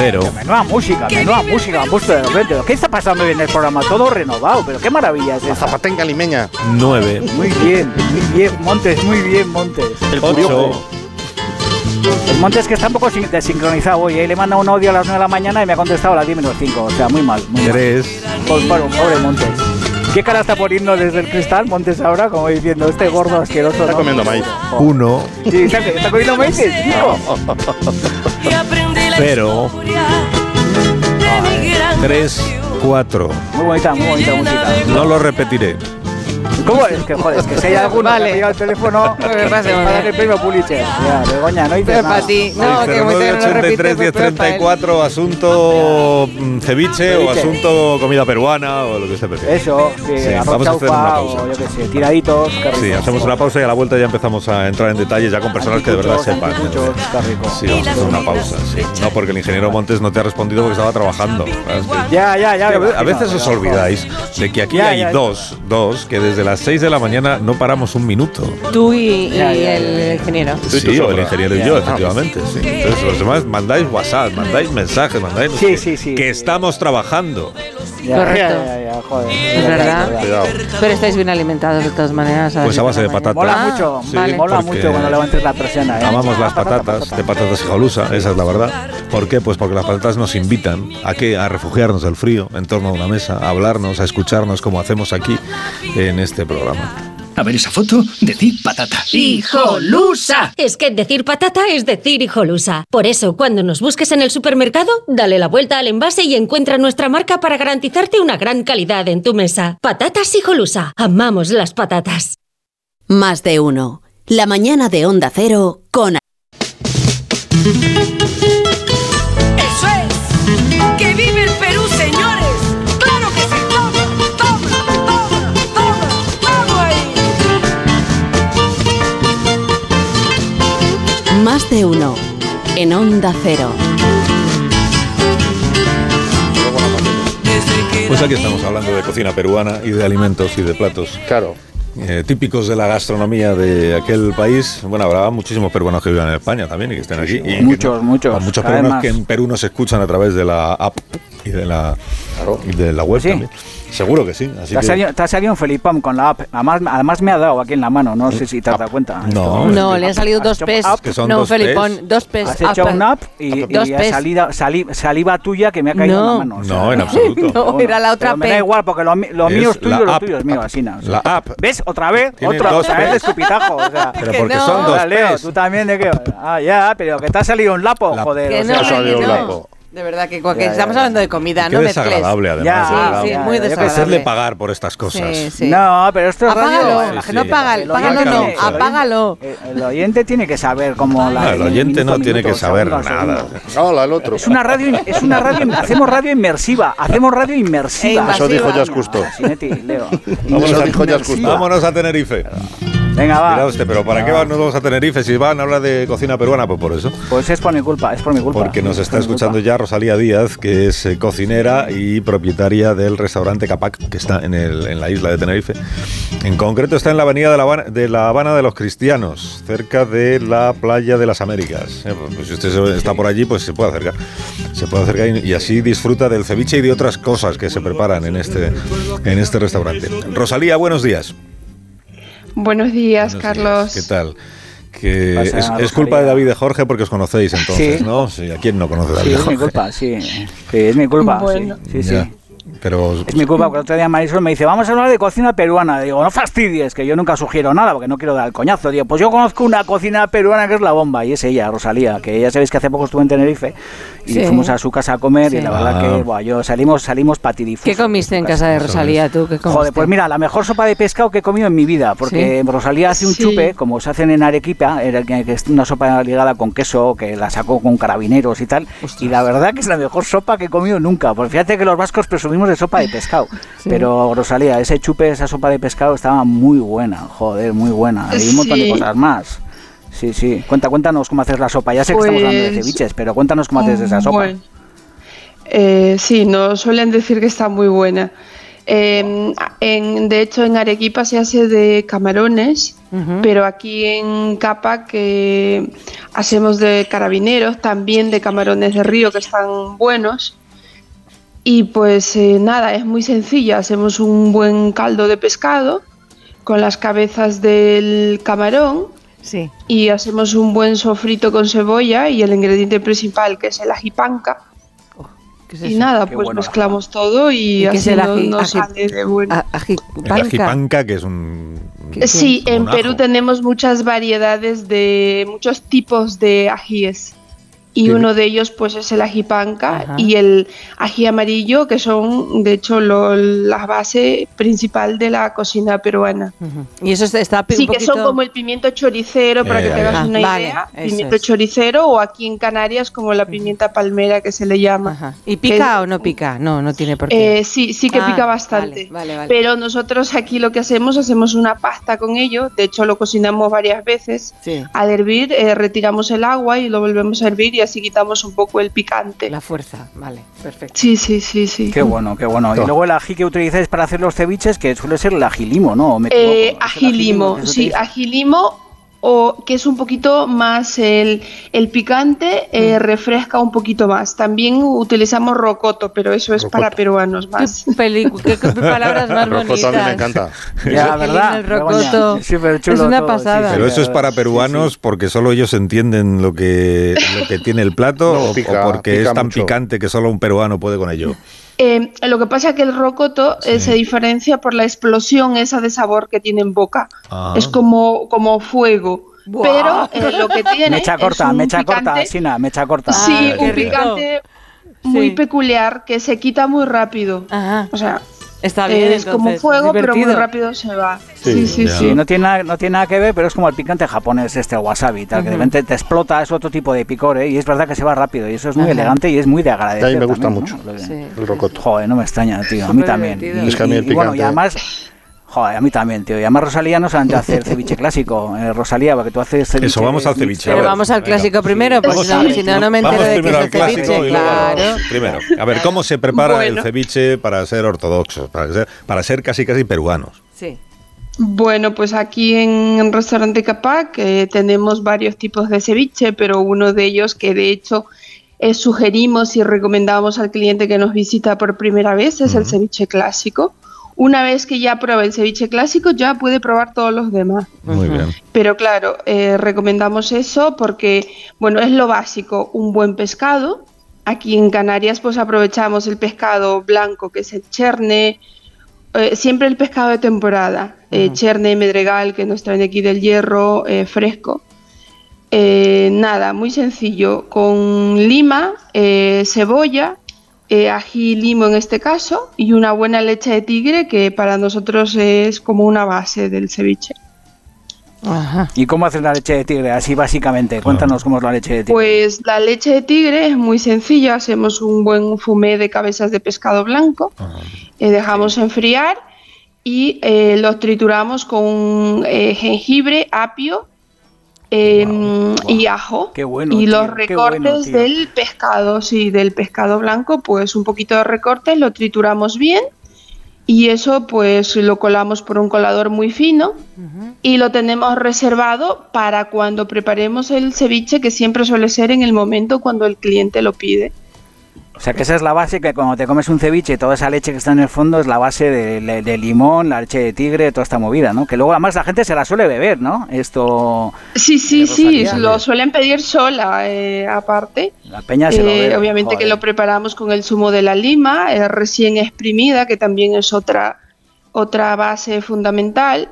Speaker 1: 0.
Speaker 4: Menuda música, menuda música, han puesto de repente. ¿Qué está pasando hoy en el programa? Todo renovado, pero qué maravilla es esa.
Speaker 2: Zapatenga limeña.
Speaker 1: 9.
Speaker 4: Muy bien, muy bien, Montes, muy bien, Montes.
Speaker 1: 8.
Speaker 4: El Montes que está un poco sin- desincronizado hoy, ¿eh? le manda un audio a las 9 de la mañana y me ha contestado a las 10 menos 5, o sea, muy mal, muy mal.
Speaker 1: 3.
Speaker 4: Pues, bueno, pobre Montes. ¿Qué cara está poniendo desde el cristal Montes ahora? Como diciendo, este gordo asqueroso.
Speaker 2: Está
Speaker 4: ¿no?
Speaker 2: comiendo maíz.
Speaker 1: Uno,
Speaker 4: Sí, está, está comiendo maíz, el chico.
Speaker 1: cero, tres, cuatro.
Speaker 4: Muy bonita, muy bonita música.
Speaker 1: No lo repetiré.
Speaker 4: ¿Cómo? Es que, joder, es que si hay alguno que me diga el teléfono
Speaker 3: Lo que
Speaker 4: para
Speaker 3: pasa, ¿no?
Speaker 4: dar el premio Pulitzer. Ya, Begoña, no dices
Speaker 3: Pero
Speaker 4: nada.
Speaker 3: para ti. No, que muy bien, no
Speaker 4: pues,
Speaker 1: 83
Speaker 3: repite,
Speaker 1: 10
Speaker 3: pero para él.
Speaker 1: 34, asunto mm, ceviche o
Speaker 4: Ceviche.
Speaker 1: asunto comida peruana o lo que usted prefiera.
Speaker 4: Eso, sí,
Speaker 1: Sí,
Speaker 4: arroz
Speaker 1: vamos a hacer
Speaker 4: chaufa
Speaker 1: una pausa.
Speaker 4: o yo qué sé, tiraditos, qué rico.
Speaker 1: Sí, hacemos una pausa y a la vuelta ya empezamos a entrar en detalles ya con personas que de verdad
Speaker 4: Anticuchos,
Speaker 1: sepan.
Speaker 4: anticuchos, qué rico.
Speaker 1: Sí, vamos a hacer una pausa. sí. No, porque el ingeniero Montes no te ha respondido porque estaba trabajando.
Speaker 4: Ya, ya, ya. me
Speaker 1: A veces
Speaker 4: imagino,
Speaker 1: os
Speaker 4: pero,
Speaker 1: olvidáis de que aquí
Speaker 4: Ya,
Speaker 1: hay
Speaker 4: ya.
Speaker 1: dos, dos que desde las 6 de la mañana no paramos un minuto.
Speaker 3: Tú y, y
Speaker 4: Ya, ya, ya.
Speaker 3: el ingeniero.
Speaker 2: Sí,
Speaker 1: Sí,
Speaker 2: tú
Speaker 1: o el
Speaker 2: sola.
Speaker 1: ingeniero
Speaker 4: Ah,
Speaker 1: y yo, efectivamente. sí. Entonces, los demás mandáis WhatsApp, mandáis mensajes, mandáis. no
Speaker 4: Sí,
Speaker 1: sé,
Speaker 4: sí, sí.
Speaker 1: Que estamos trabajando.
Speaker 4: ya,
Speaker 3: Correcto.
Speaker 4: Ya, ya, ya, joder.
Speaker 3: Es
Speaker 4: Ah,
Speaker 3: verdad.
Speaker 2: Cuidado.
Speaker 3: Pero estáis bien alimentados de todas maneras. las
Speaker 1: Pues a
Speaker 3: diez
Speaker 1: base
Speaker 3: la
Speaker 1: de
Speaker 3: mañana.
Speaker 1: patata.
Speaker 4: Mola
Speaker 3: Ah,
Speaker 4: mucho,
Speaker 1: sí,
Speaker 3: vale.
Speaker 4: mola
Speaker 1: porque-
Speaker 4: mucho cuando levantes la persiana. ¿eh?
Speaker 1: Amamos las
Speaker 4: Patata,
Speaker 1: patatas,
Speaker 4: patata.
Speaker 1: de patatas y jaulusa, esa es la verdad. ¿Por qué? Pues porque las patatas nos invitan a que a refugiarnos del frío en torno a una mesa, a hablarnos, a escucharnos como hacemos aquí en este programa.
Speaker 9: A ver esa foto, decir patata.
Speaker 6: ¡Hijolusa!
Speaker 10: Es que decir patata es decir hijolusa. Por eso, cuando nos busques en el supermercado, dale la vuelta al envase y encuentra nuestra marca para garantizarte una gran calidad en tu mesa. Patatas hijolusa. Amamos las patatas.
Speaker 9: Más de uno. La mañana de Onda Cero con...
Speaker 10: ¡Eso es! ¡Que vive el Perú, señores! ¡Claro que sí! ¡Toma, toma, toma, toma, toma ahí!
Speaker 9: Más de uno. En Onda Cero.
Speaker 1: Pues aquí estamos hablando de cocina peruana y de alimentos y de platos
Speaker 2: Claro.
Speaker 1: eh, típicos de la gastronomía de aquel país. Bueno, habrá muchísimos peruanos que vivan en España también y que estén aquí. y que
Speaker 4: Muchos,
Speaker 1: no-
Speaker 4: muchos,
Speaker 1: a Muchos
Speaker 4: cada vez
Speaker 1: peruanos
Speaker 4: más.
Speaker 1: que en Perú nos escuchan a través de la app y de la,
Speaker 2: Claro.
Speaker 1: y de la web
Speaker 4: Sí.
Speaker 1: también. Seguro que sí. Así
Speaker 4: Te ha
Speaker 1: que-
Speaker 4: salido- te ha salido un Felipam con la app. Además, además me ha dado aquí en la mano. No sé si te has dado cuenta.
Speaker 1: No.
Speaker 3: No, le han salido dos
Speaker 4: Has hecho
Speaker 3: pes.
Speaker 4: up,
Speaker 1: que son
Speaker 3: No,
Speaker 1: dos
Speaker 3: Felipón,
Speaker 1: pes.
Speaker 3: dos pes.
Speaker 4: Has hecho
Speaker 3: up.
Speaker 4: un app y,
Speaker 3: Dos
Speaker 4: y ha
Speaker 3: pes.
Speaker 4: salido sali- saliva tuya que me ha caído
Speaker 3: No.
Speaker 4: en la mano. o sea,
Speaker 1: No, en absoluto.
Speaker 3: No,
Speaker 4: bueno,
Speaker 3: era la otra
Speaker 4: pero Me da
Speaker 3: P.
Speaker 4: igual porque lo, mi- lo
Speaker 1: Es
Speaker 4: mío es tuyo
Speaker 1: la
Speaker 4: y lo
Speaker 1: app.
Speaker 4: tuyo es mío. Así no. o sea.
Speaker 1: La app.
Speaker 4: ¿Ves? Otra vez.
Speaker 1: Tiene
Speaker 4: Otra,
Speaker 1: dos
Speaker 4: otra vez
Speaker 1: P's.
Speaker 4: de escupitajo. O sea.
Speaker 1: Pero
Speaker 3: Que
Speaker 1: porque
Speaker 3: no.
Speaker 1: son dos
Speaker 4: Ahora, Leo,
Speaker 1: P's.
Speaker 4: tú también de qué. Ah, ya, pero que te ha salido un lapo,
Speaker 1: La-
Speaker 4: joder.
Speaker 3: Que
Speaker 4: o
Speaker 3: no,
Speaker 4: sea,
Speaker 2: ha salido
Speaker 3: que
Speaker 2: un
Speaker 3: no.
Speaker 2: lapo.
Speaker 3: De verdad que cualquier-
Speaker 4: Ya, ya,
Speaker 3: estamos
Speaker 4: ya.
Speaker 3: hablando de comida,
Speaker 1: Qué
Speaker 3: no mezcles.
Speaker 1: desagradable, además.
Speaker 4: Ya,
Speaker 1: de verdad.
Speaker 3: Sí, sí,
Speaker 4: Ya,
Speaker 3: muy
Speaker 4: ya, ya,
Speaker 1: Hacerle
Speaker 3: desagradable.
Speaker 1: pagar por estas cosas.
Speaker 3: Sí, sí.
Speaker 4: No, pero esto es
Speaker 3: Apágalo,
Speaker 4: radio.
Speaker 1: Sí,
Speaker 3: no
Speaker 1: sí.
Speaker 3: paga,
Speaker 4: El
Speaker 3: págalo
Speaker 4: oyente-
Speaker 3: no,
Speaker 1: el oyente-
Speaker 3: apágalo.
Speaker 4: eh, El oyente tiene que saber cómo la.
Speaker 1: No, el oyente no
Speaker 4: minuto a
Speaker 1: tiene
Speaker 4: minuto,
Speaker 1: que saber
Speaker 4: segundo a
Speaker 1: nada.
Speaker 4: segundo.
Speaker 2: Hola, el otro.
Speaker 4: Es una radio, es una radio, hacemos radio inmersiva, hacemos radio inmersiva.
Speaker 3: E
Speaker 2: Eso dijo Jazz Cousteau.
Speaker 4: Ah, Sinetti, Leo.
Speaker 2: Vamos a dijo Jazz
Speaker 4: Inmersiva.
Speaker 2: Cousteau.
Speaker 1: Vámonos a Tenerife.
Speaker 4: Venga, va.
Speaker 1: Mira usted, pero ¿para qué nos vamos a Tenerife si van a hablar de cocina peruana? Pues por eso.
Speaker 4: Pues es por mi culpa, es por mi culpa.
Speaker 1: Porque nos
Speaker 4: Es
Speaker 1: está
Speaker 4: por mi
Speaker 1: escuchando
Speaker 4: culpa.
Speaker 1: ya Rosalía Díaz, que es eh, cocinera y propietaria del restaurante Capac, que está en, el- en la isla de Tenerife. En concreto está en la avenida de la, Habana, de la Habana de los Cristianos, cerca de la playa de las Américas. Eh, pues si usted se- está por allí, pues se puede acercar. Se puede acercar y, y así disfruta del ceviche y de otras cosas que se preparan en este, en este restaurante. Rosalía, buenos días.
Speaker 11: Buenos días,
Speaker 1: Buenos
Speaker 11: Carlos.
Speaker 1: días, ¿Qué tal? Que
Speaker 4: Pasa,
Speaker 1: es, es
Speaker 4: Rosalía.
Speaker 1: culpa de David y de Jorge porque os conocéis entonces,
Speaker 4: Sí.
Speaker 1: ¿no? Sí, ¿a quién no conoce David
Speaker 4: Sí,
Speaker 1: y
Speaker 4: es mi
Speaker 1: Jorge?
Speaker 4: culpa, sí. Sí, es mi culpa. sí,
Speaker 11: Bueno.
Speaker 4: Sí, sí.
Speaker 1: Ya. Pero
Speaker 4: Es mi culpa, porque el otro día Marisol me dice, vamos a hablar de cocina peruana. Digo, no fastidies, que yo nunca sugiero nada, porque no quiero dar el coñazo. Digo, pues yo conozco una cocina peruana que es la bomba, y es ella, Rosalía, que ya sabéis que hace poco estuve en Tenerife, y
Speaker 3: Sí.
Speaker 4: fuimos a su casa a comer, y
Speaker 3: Sí.
Speaker 4: la verdad
Speaker 1: Ah.
Speaker 4: que, buah, yo salimos, salimos patidifusos.
Speaker 3: ¿Qué comiste
Speaker 4: su
Speaker 3: en casa de
Speaker 1: Eso es.
Speaker 3: Rosalía tú? ¿Qué comiste?
Speaker 4: Joder, pues mira, la mejor sopa de pescado que he comido en mi vida, porque Rosalía hace un
Speaker 11: Sí.
Speaker 4: chupe, como se hacen en Arequipa, era que que es una sopa ligada con queso, que la sacó con carabineros y tal, y la verdad que es la mejor sopa que he comido nunca, porque fíjate que los vascos presumimos de sopa de pescado,
Speaker 3: Sí.
Speaker 4: pero Rosalía, ese chupe, esa sopa de pescado estaba muy buena, joder, muy buena, y un montón de
Speaker 11: Sí.
Speaker 4: cosas más. Sí, sí. Cuenta, cuéntanos cómo haces la sopa. Ya sé que estamos hablando de
Speaker 11: Pues, mm,
Speaker 4: ceviches, pero cuéntanos cómo haces esa sopa.
Speaker 11: Bueno. Eh, sí, no suelen decir que está muy buena. Eh, en- de hecho, en Arequipa se hace de camarones,
Speaker 3: Ujú.
Speaker 11: pero aquí en Capa que hacemos de carabineros, también de camarones de río que están buenos. Y pues eh, nada, es muy sencilla. Hacemos un buen caldo de pescado con las cabezas del camarón,
Speaker 3: Sí.
Speaker 11: y hacemos un buen sofrito con cebolla y el ingrediente principal que es el ajipanca
Speaker 3: es
Speaker 11: y
Speaker 3: eso?
Speaker 11: nada,
Speaker 3: Oh, Qué
Speaker 11: pues
Speaker 3: bueno,
Speaker 11: mezclamos todo y,
Speaker 3: ¿Y qué es
Speaker 11: así
Speaker 3: el
Speaker 11: no-
Speaker 3: ají- Ah,
Speaker 11: nos
Speaker 3: ají-
Speaker 11: sale de bueno.
Speaker 1: El ajipanca, que es un.
Speaker 11: Sí,
Speaker 1: como
Speaker 11: en
Speaker 1: un ajo.
Speaker 11: Perú tenemos muchas variedades de muchos tipos de ajíes. Y
Speaker 1: Sí.
Speaker 11: uno de ellos pues es el ají panca y el ají amarillo, que son de hecho lo- la base eh, principal de la cocina peruana.
Speaker 3: Y eso está- está pi-
Speaker 11: Sí,
Speaker 3: un
Speaker 11: que son
Speaker 3: poquito-
Speaker 11: como el pimiento choricero, para
Speaker 3: Eh,
Speaker 11: que te
Speaker 3: ahí
Speaker 11: hagas
Speaker 3: va.
Speaker 11: una
Speaker 3: Vale,
Speaker 11: idea.
Speaker 3: eso
Speaker 11: Pimiento
Speaker 3: es.
Speaker 11: choricero o aquí en Canarias como la pimienta palmera que se le llama.
Speaker 3: ¿Y pica o no pica? No, no tiene por qué.
Speaker 11: Eh, sí, sí que
Speaker 3: Ah,
Speaker 11: pica bastante.
Speaker 3: vale, vale.
Speaker 11: Pero nosotros aquí lo que hacemos, hacemos una pasta con ello. De hecho, lo cocinamos varias veces. Al hervir, eh, retiramos el agua y lo volvemos a hervir y así quitamos un poco el picante. La
Speaker 3: fuerza, vale, perfecto.
Speaker 11: Sí, sí, sí, sí.
Speaker 4: Qué bueno, qué bueno. Y
Speaker 11: Todo.
Speaker 4: luego el ají que utilizáis para hacer los ceviches, que suele ser el ají limo, ¿no? ¿O me equivoco?
Speaker 11: Eh,
Speaker 4: ¿Es el ají limo
Speaker 11: agilimo,
Speaker 4: que se
Speaker 11: sí,
Speaker 4: utiliza?
Speaker 11: agilimo, o que es un poquito más el, el picante, eh,
Speaker 2: Mm.
Speaker 11: refresca un poquito más. También utilizamos rocoto, pero eso es para peruanos más.
Speaker 3: palabras más
Speaker 2: Rocoto a mí me
Speaker 3: bonitas.
Speaker 2: encanta.
Speaker 4: Ya, ¿verdad?
Speaker 3: El rocoto.
Speaker 4: Es superchulo
Speaker 3: Es una
Speaker 4: todo, sí,
Speaker 3: pasada.
Speaker 4: sí.
Speaker 1: Pero eso es para peruanos porque solo ellos entienden lo que, lo que tiene el plato
Speaker 2: No,
Speaker 1: o, o
Speaker 2: pica,
Speaker 1: porque
Speaker 2: pica
Speaker 1: es tan
Speaker 2: mucho.
Speaker 1: picante que solo un peruano puede con ello.
Speaker 11: Eh, lo que pasa es que el rocoto eh, se diferencia por la explosión esa de sabor que tiene en boca.
Speaker 1: Ah.
Speaker 11: Es como, como fuego. Pero eh, lo que tiene
Speaker 4: Mecha corta,
Speaker 11: es un
Speaker 4: mecha
Speaker 11: picante,
Speaker 4: corta, Sina, mecha corta.
Speaker 3: Ah,
Speaker 11: sí,
Speaker 2: Ah,
Speaker 4: qué
Speaker 11: un
Speaker 4: rico.
Speaker 11: picante muy peculiar que se quita muy rápido. O sea,
Speaker 3: Está bien,
Speaker 11: es como
Speaker 3: entonces,
Speaker 11: fuego, pero muy
Speaker 3: divertido.
Speaker 11: rápido se va.
Speaker 4: Sí,
Speaker 11: sí,
Speaker 4: sí, No tiene, nada, no tiene nada que ver, pero es como el picante japonés, este el wasabi, y tal, que de
Speaker 11: Ujú.
Speaker 4: repente te explota, es otro tipo de picor, ¿eh? y es verdad que se va rápido, y eso es muy
Speaker 2: Ajá.
Speaker 4: elegante y es muy de agradecer.
Speaker 2: A mí me gusta
Speaker 4: también,
Speaker 2: mucho
Speaker 4: ¿no? Lo de-
Speaker 2: el rocoto.
Speaker 4: Joder, no me extraña, tío, a mí
Speaker 2: Súper
Speaker 4: también.
Speaker 2: divertido. Es que a mí el
Speaker 4: y bueno, y
Speaker 2: picante-
Speaker 4: además, joder, a mí también, tío, y además Rosalía no sabe hacer ceviche clásico, eh, Rosalía, porque tú haces ceviche.
Speaker 1: Eso, vamos al ceviche.
Speaker 3: Pero vamos al clásico primero, porque
Speaker 1: Vamos
Speaker 3: no,
Speaker 1: al-
Speaker 3: si no, no me entero
Speaker 1: Vamos
Speaker 3: de
Speaker 1: primero
Speaker 3: qué
Speaker 1: al
Speaker 3: es este. el
Speaker 1: clásico
Speaker 3: ceviche,
Speaker 1: y luego a
Speaker 3: claro.
Speaker 1: los- Primero, a ver, ¿cómo se prepara
Speaker 11: Bueno.
Speaker 1: el ceviche para ser ortodoxos, para ser, para ser casi casi peruanos?
Speaker 3: Sí.
Speaker 11: Bueno, pues aquí en el restaurante Capac eh, tenemos varios tipos de ceviche, pero uno de ellos que de hecho eh, sugerimos y recomendamos al cliente que nos visita por primera vez es el ceviche clásico. Una vez que ya prueba el ceviche clásico, ya puede probar todos los demás.
Speaker 1: Muy bien.
Speaker 11: Pero claro, eh, recomendamos eso porque, bueno, es lo básico, un buen pescado. Aquí en Canarias pues aprovechamos el pescado blanco que es el cherne, eh, siempre el pescado de temporada, eh, cherne, medregal que nos traen aquí del hierro, eh, fresco. Eh, nada, muy sencillo, con lima, eh, cebolla, eh, ají y limo en este caso y una buena leche de tigre que para nosotros es como una base del ceviche.
Speaker 4: ¿Y cómo haces la leche de tigre? Así básicamente, cuéntanos cómo es la leche de tigre.
Speaker 11: Pues la leche de tigre es muy sencilla, hacemos un buen fumé de cabezas de pescado blanco, eh, dejamos enfriar y eh, lo trituramos con eh, jengibre, apio eh, y ajo.
Speaker 4: Qué bueno,
Speaker 11: y
Speaker 4: tío,
Speaker 11: los
Speaker 4: qué bueno,
Speaker 11: recortes
Speaker 4: tío.
Speaker 11: del pescado, sí, del pescado blanco, pues un poquito de recortes, lo trituramos bien y eso pues lo colamos por un colador muy fino y lo tenemos reservado para cuando preparemos el ceviche que siempre suele ser en el momento cuando el cliente lo pide.
Speaker 3: Pues
Speaker 4: O sea, que esa es la base, que cuando te comes un ceviche, toda esa leche que está en el fondo es la base de, de- de limón, la leche de tigre, toda esta movida, ¿no? Que luego además la gente se la suele beber, ¿no? Esto,
Speaker 11: Sí, sí, sí,
Speaker 4: Rosalía.
Speaker 11: lo suelen pedir sola eh, aparte.
Speaker 4: la peña se lo
Speaker 11: Eh,
Speaker 4: bebe.
Speaker 11: obviamente que lo preparamos con el zumo de la lima, eh, recién exprimida, que también es otra, otra base fundamental.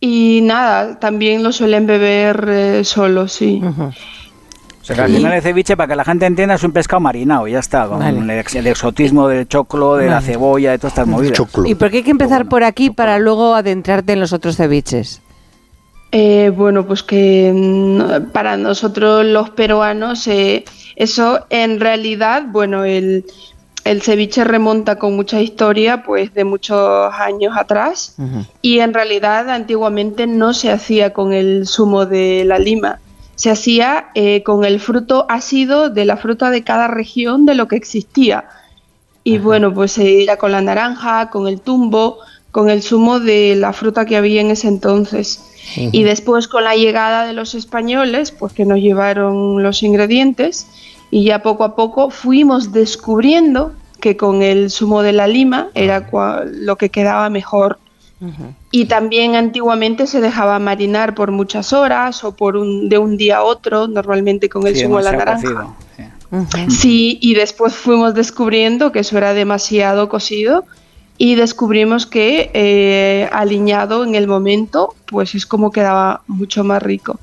Speaker 11: Y nada, también lo suelen beber eh, solo, sí.
Speaker 4: O sea, que al final el ceviche, para que la gente entienda, es un pescado marinado, y ya está, con el, ex- el exotismo del choclo, de la
Speaker 3: Vale.
Speaker 4: cebolla, de todas estas movidas.
Speaker 3: ¿Y por qué hay que empezar por aquí para luego adentrarte en los otros ceviches?
Speaker 11: Eh, bueno, pues que mm, para nosotros los peruanos, eh, eso en realidad, bueno, el, el ceviche remonta con mucha historia, pues de muchos años atrás, y en realidad antiguamente no se hacía con el zumo de la lima, se hacía eh, con el fruto ácido de la fruta de cada región de lo que existía. Y bueno, pues se era con la naranja, con el tumbo, con el zumo de la fruta que había en ese entonces. Y después con la llegada de los españoles, pues que nos llevaron los ingredientes y ya poco a poco fuimos descubriendo que con el zumo de la lima era cua- lo que quedaba mejor. Y también antiguamente se dejaba marinar por muchas horas o por un, de un día a otro, normalmente con el
Speaker 4: Sí,
Speaker 11: zumo de la
Speaker 4: demasiado
Speaker 11: naranja.
Speaker 4: cocido.
Speaker 11: Sí, y después fuimos descubriendo que eso era demasiado cocido y descubrimos que eh, aliñado en el momento, pues es como quedaba mucho más rico.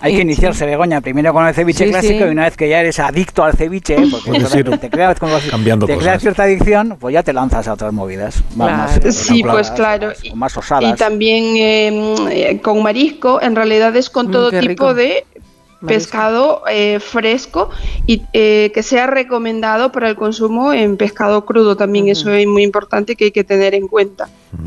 Speaker 4: Hay que iniciarse, Begoña, primero con el ceviche
Speaker 11: Sí,
Speaker 4: clásico
Speaker 11: sí.
Speaker 4: y una vez que ya eres adicto al ceviche, porque
Speaker 1: Porque
Speaker 4: eso
Speaker 1: sí,
Speaker 4: te, creas, como así,
Speaker 1: cambiando
Speaker 4: te
Speaker 1: cosas.
Speaker 4: creas cierta adicción, pues ya te lanzas a otras movidas. más-
Speaker 11: Claro.
Speaker 4: más, eh,
Speaker 11: Sí, pues
Speaker 4: elaboradas,
Speaker 11: claro,
Speaker 4: más- o más osadas.
Speaker 11: Y también eh, eh, con marisco, en realidad es con
Speaker 4: Mm,
Speaker 11: todo
Speaker 4: qué
Speaker 11: tipo
Speaker 4: rico.
Speaker 11: de pescado eh, fresco y eh, que sea recomendado para el consumo en pescado crudo también. Eso es muy importante que hay que tener en cuenta.
Speaker 4: Ah.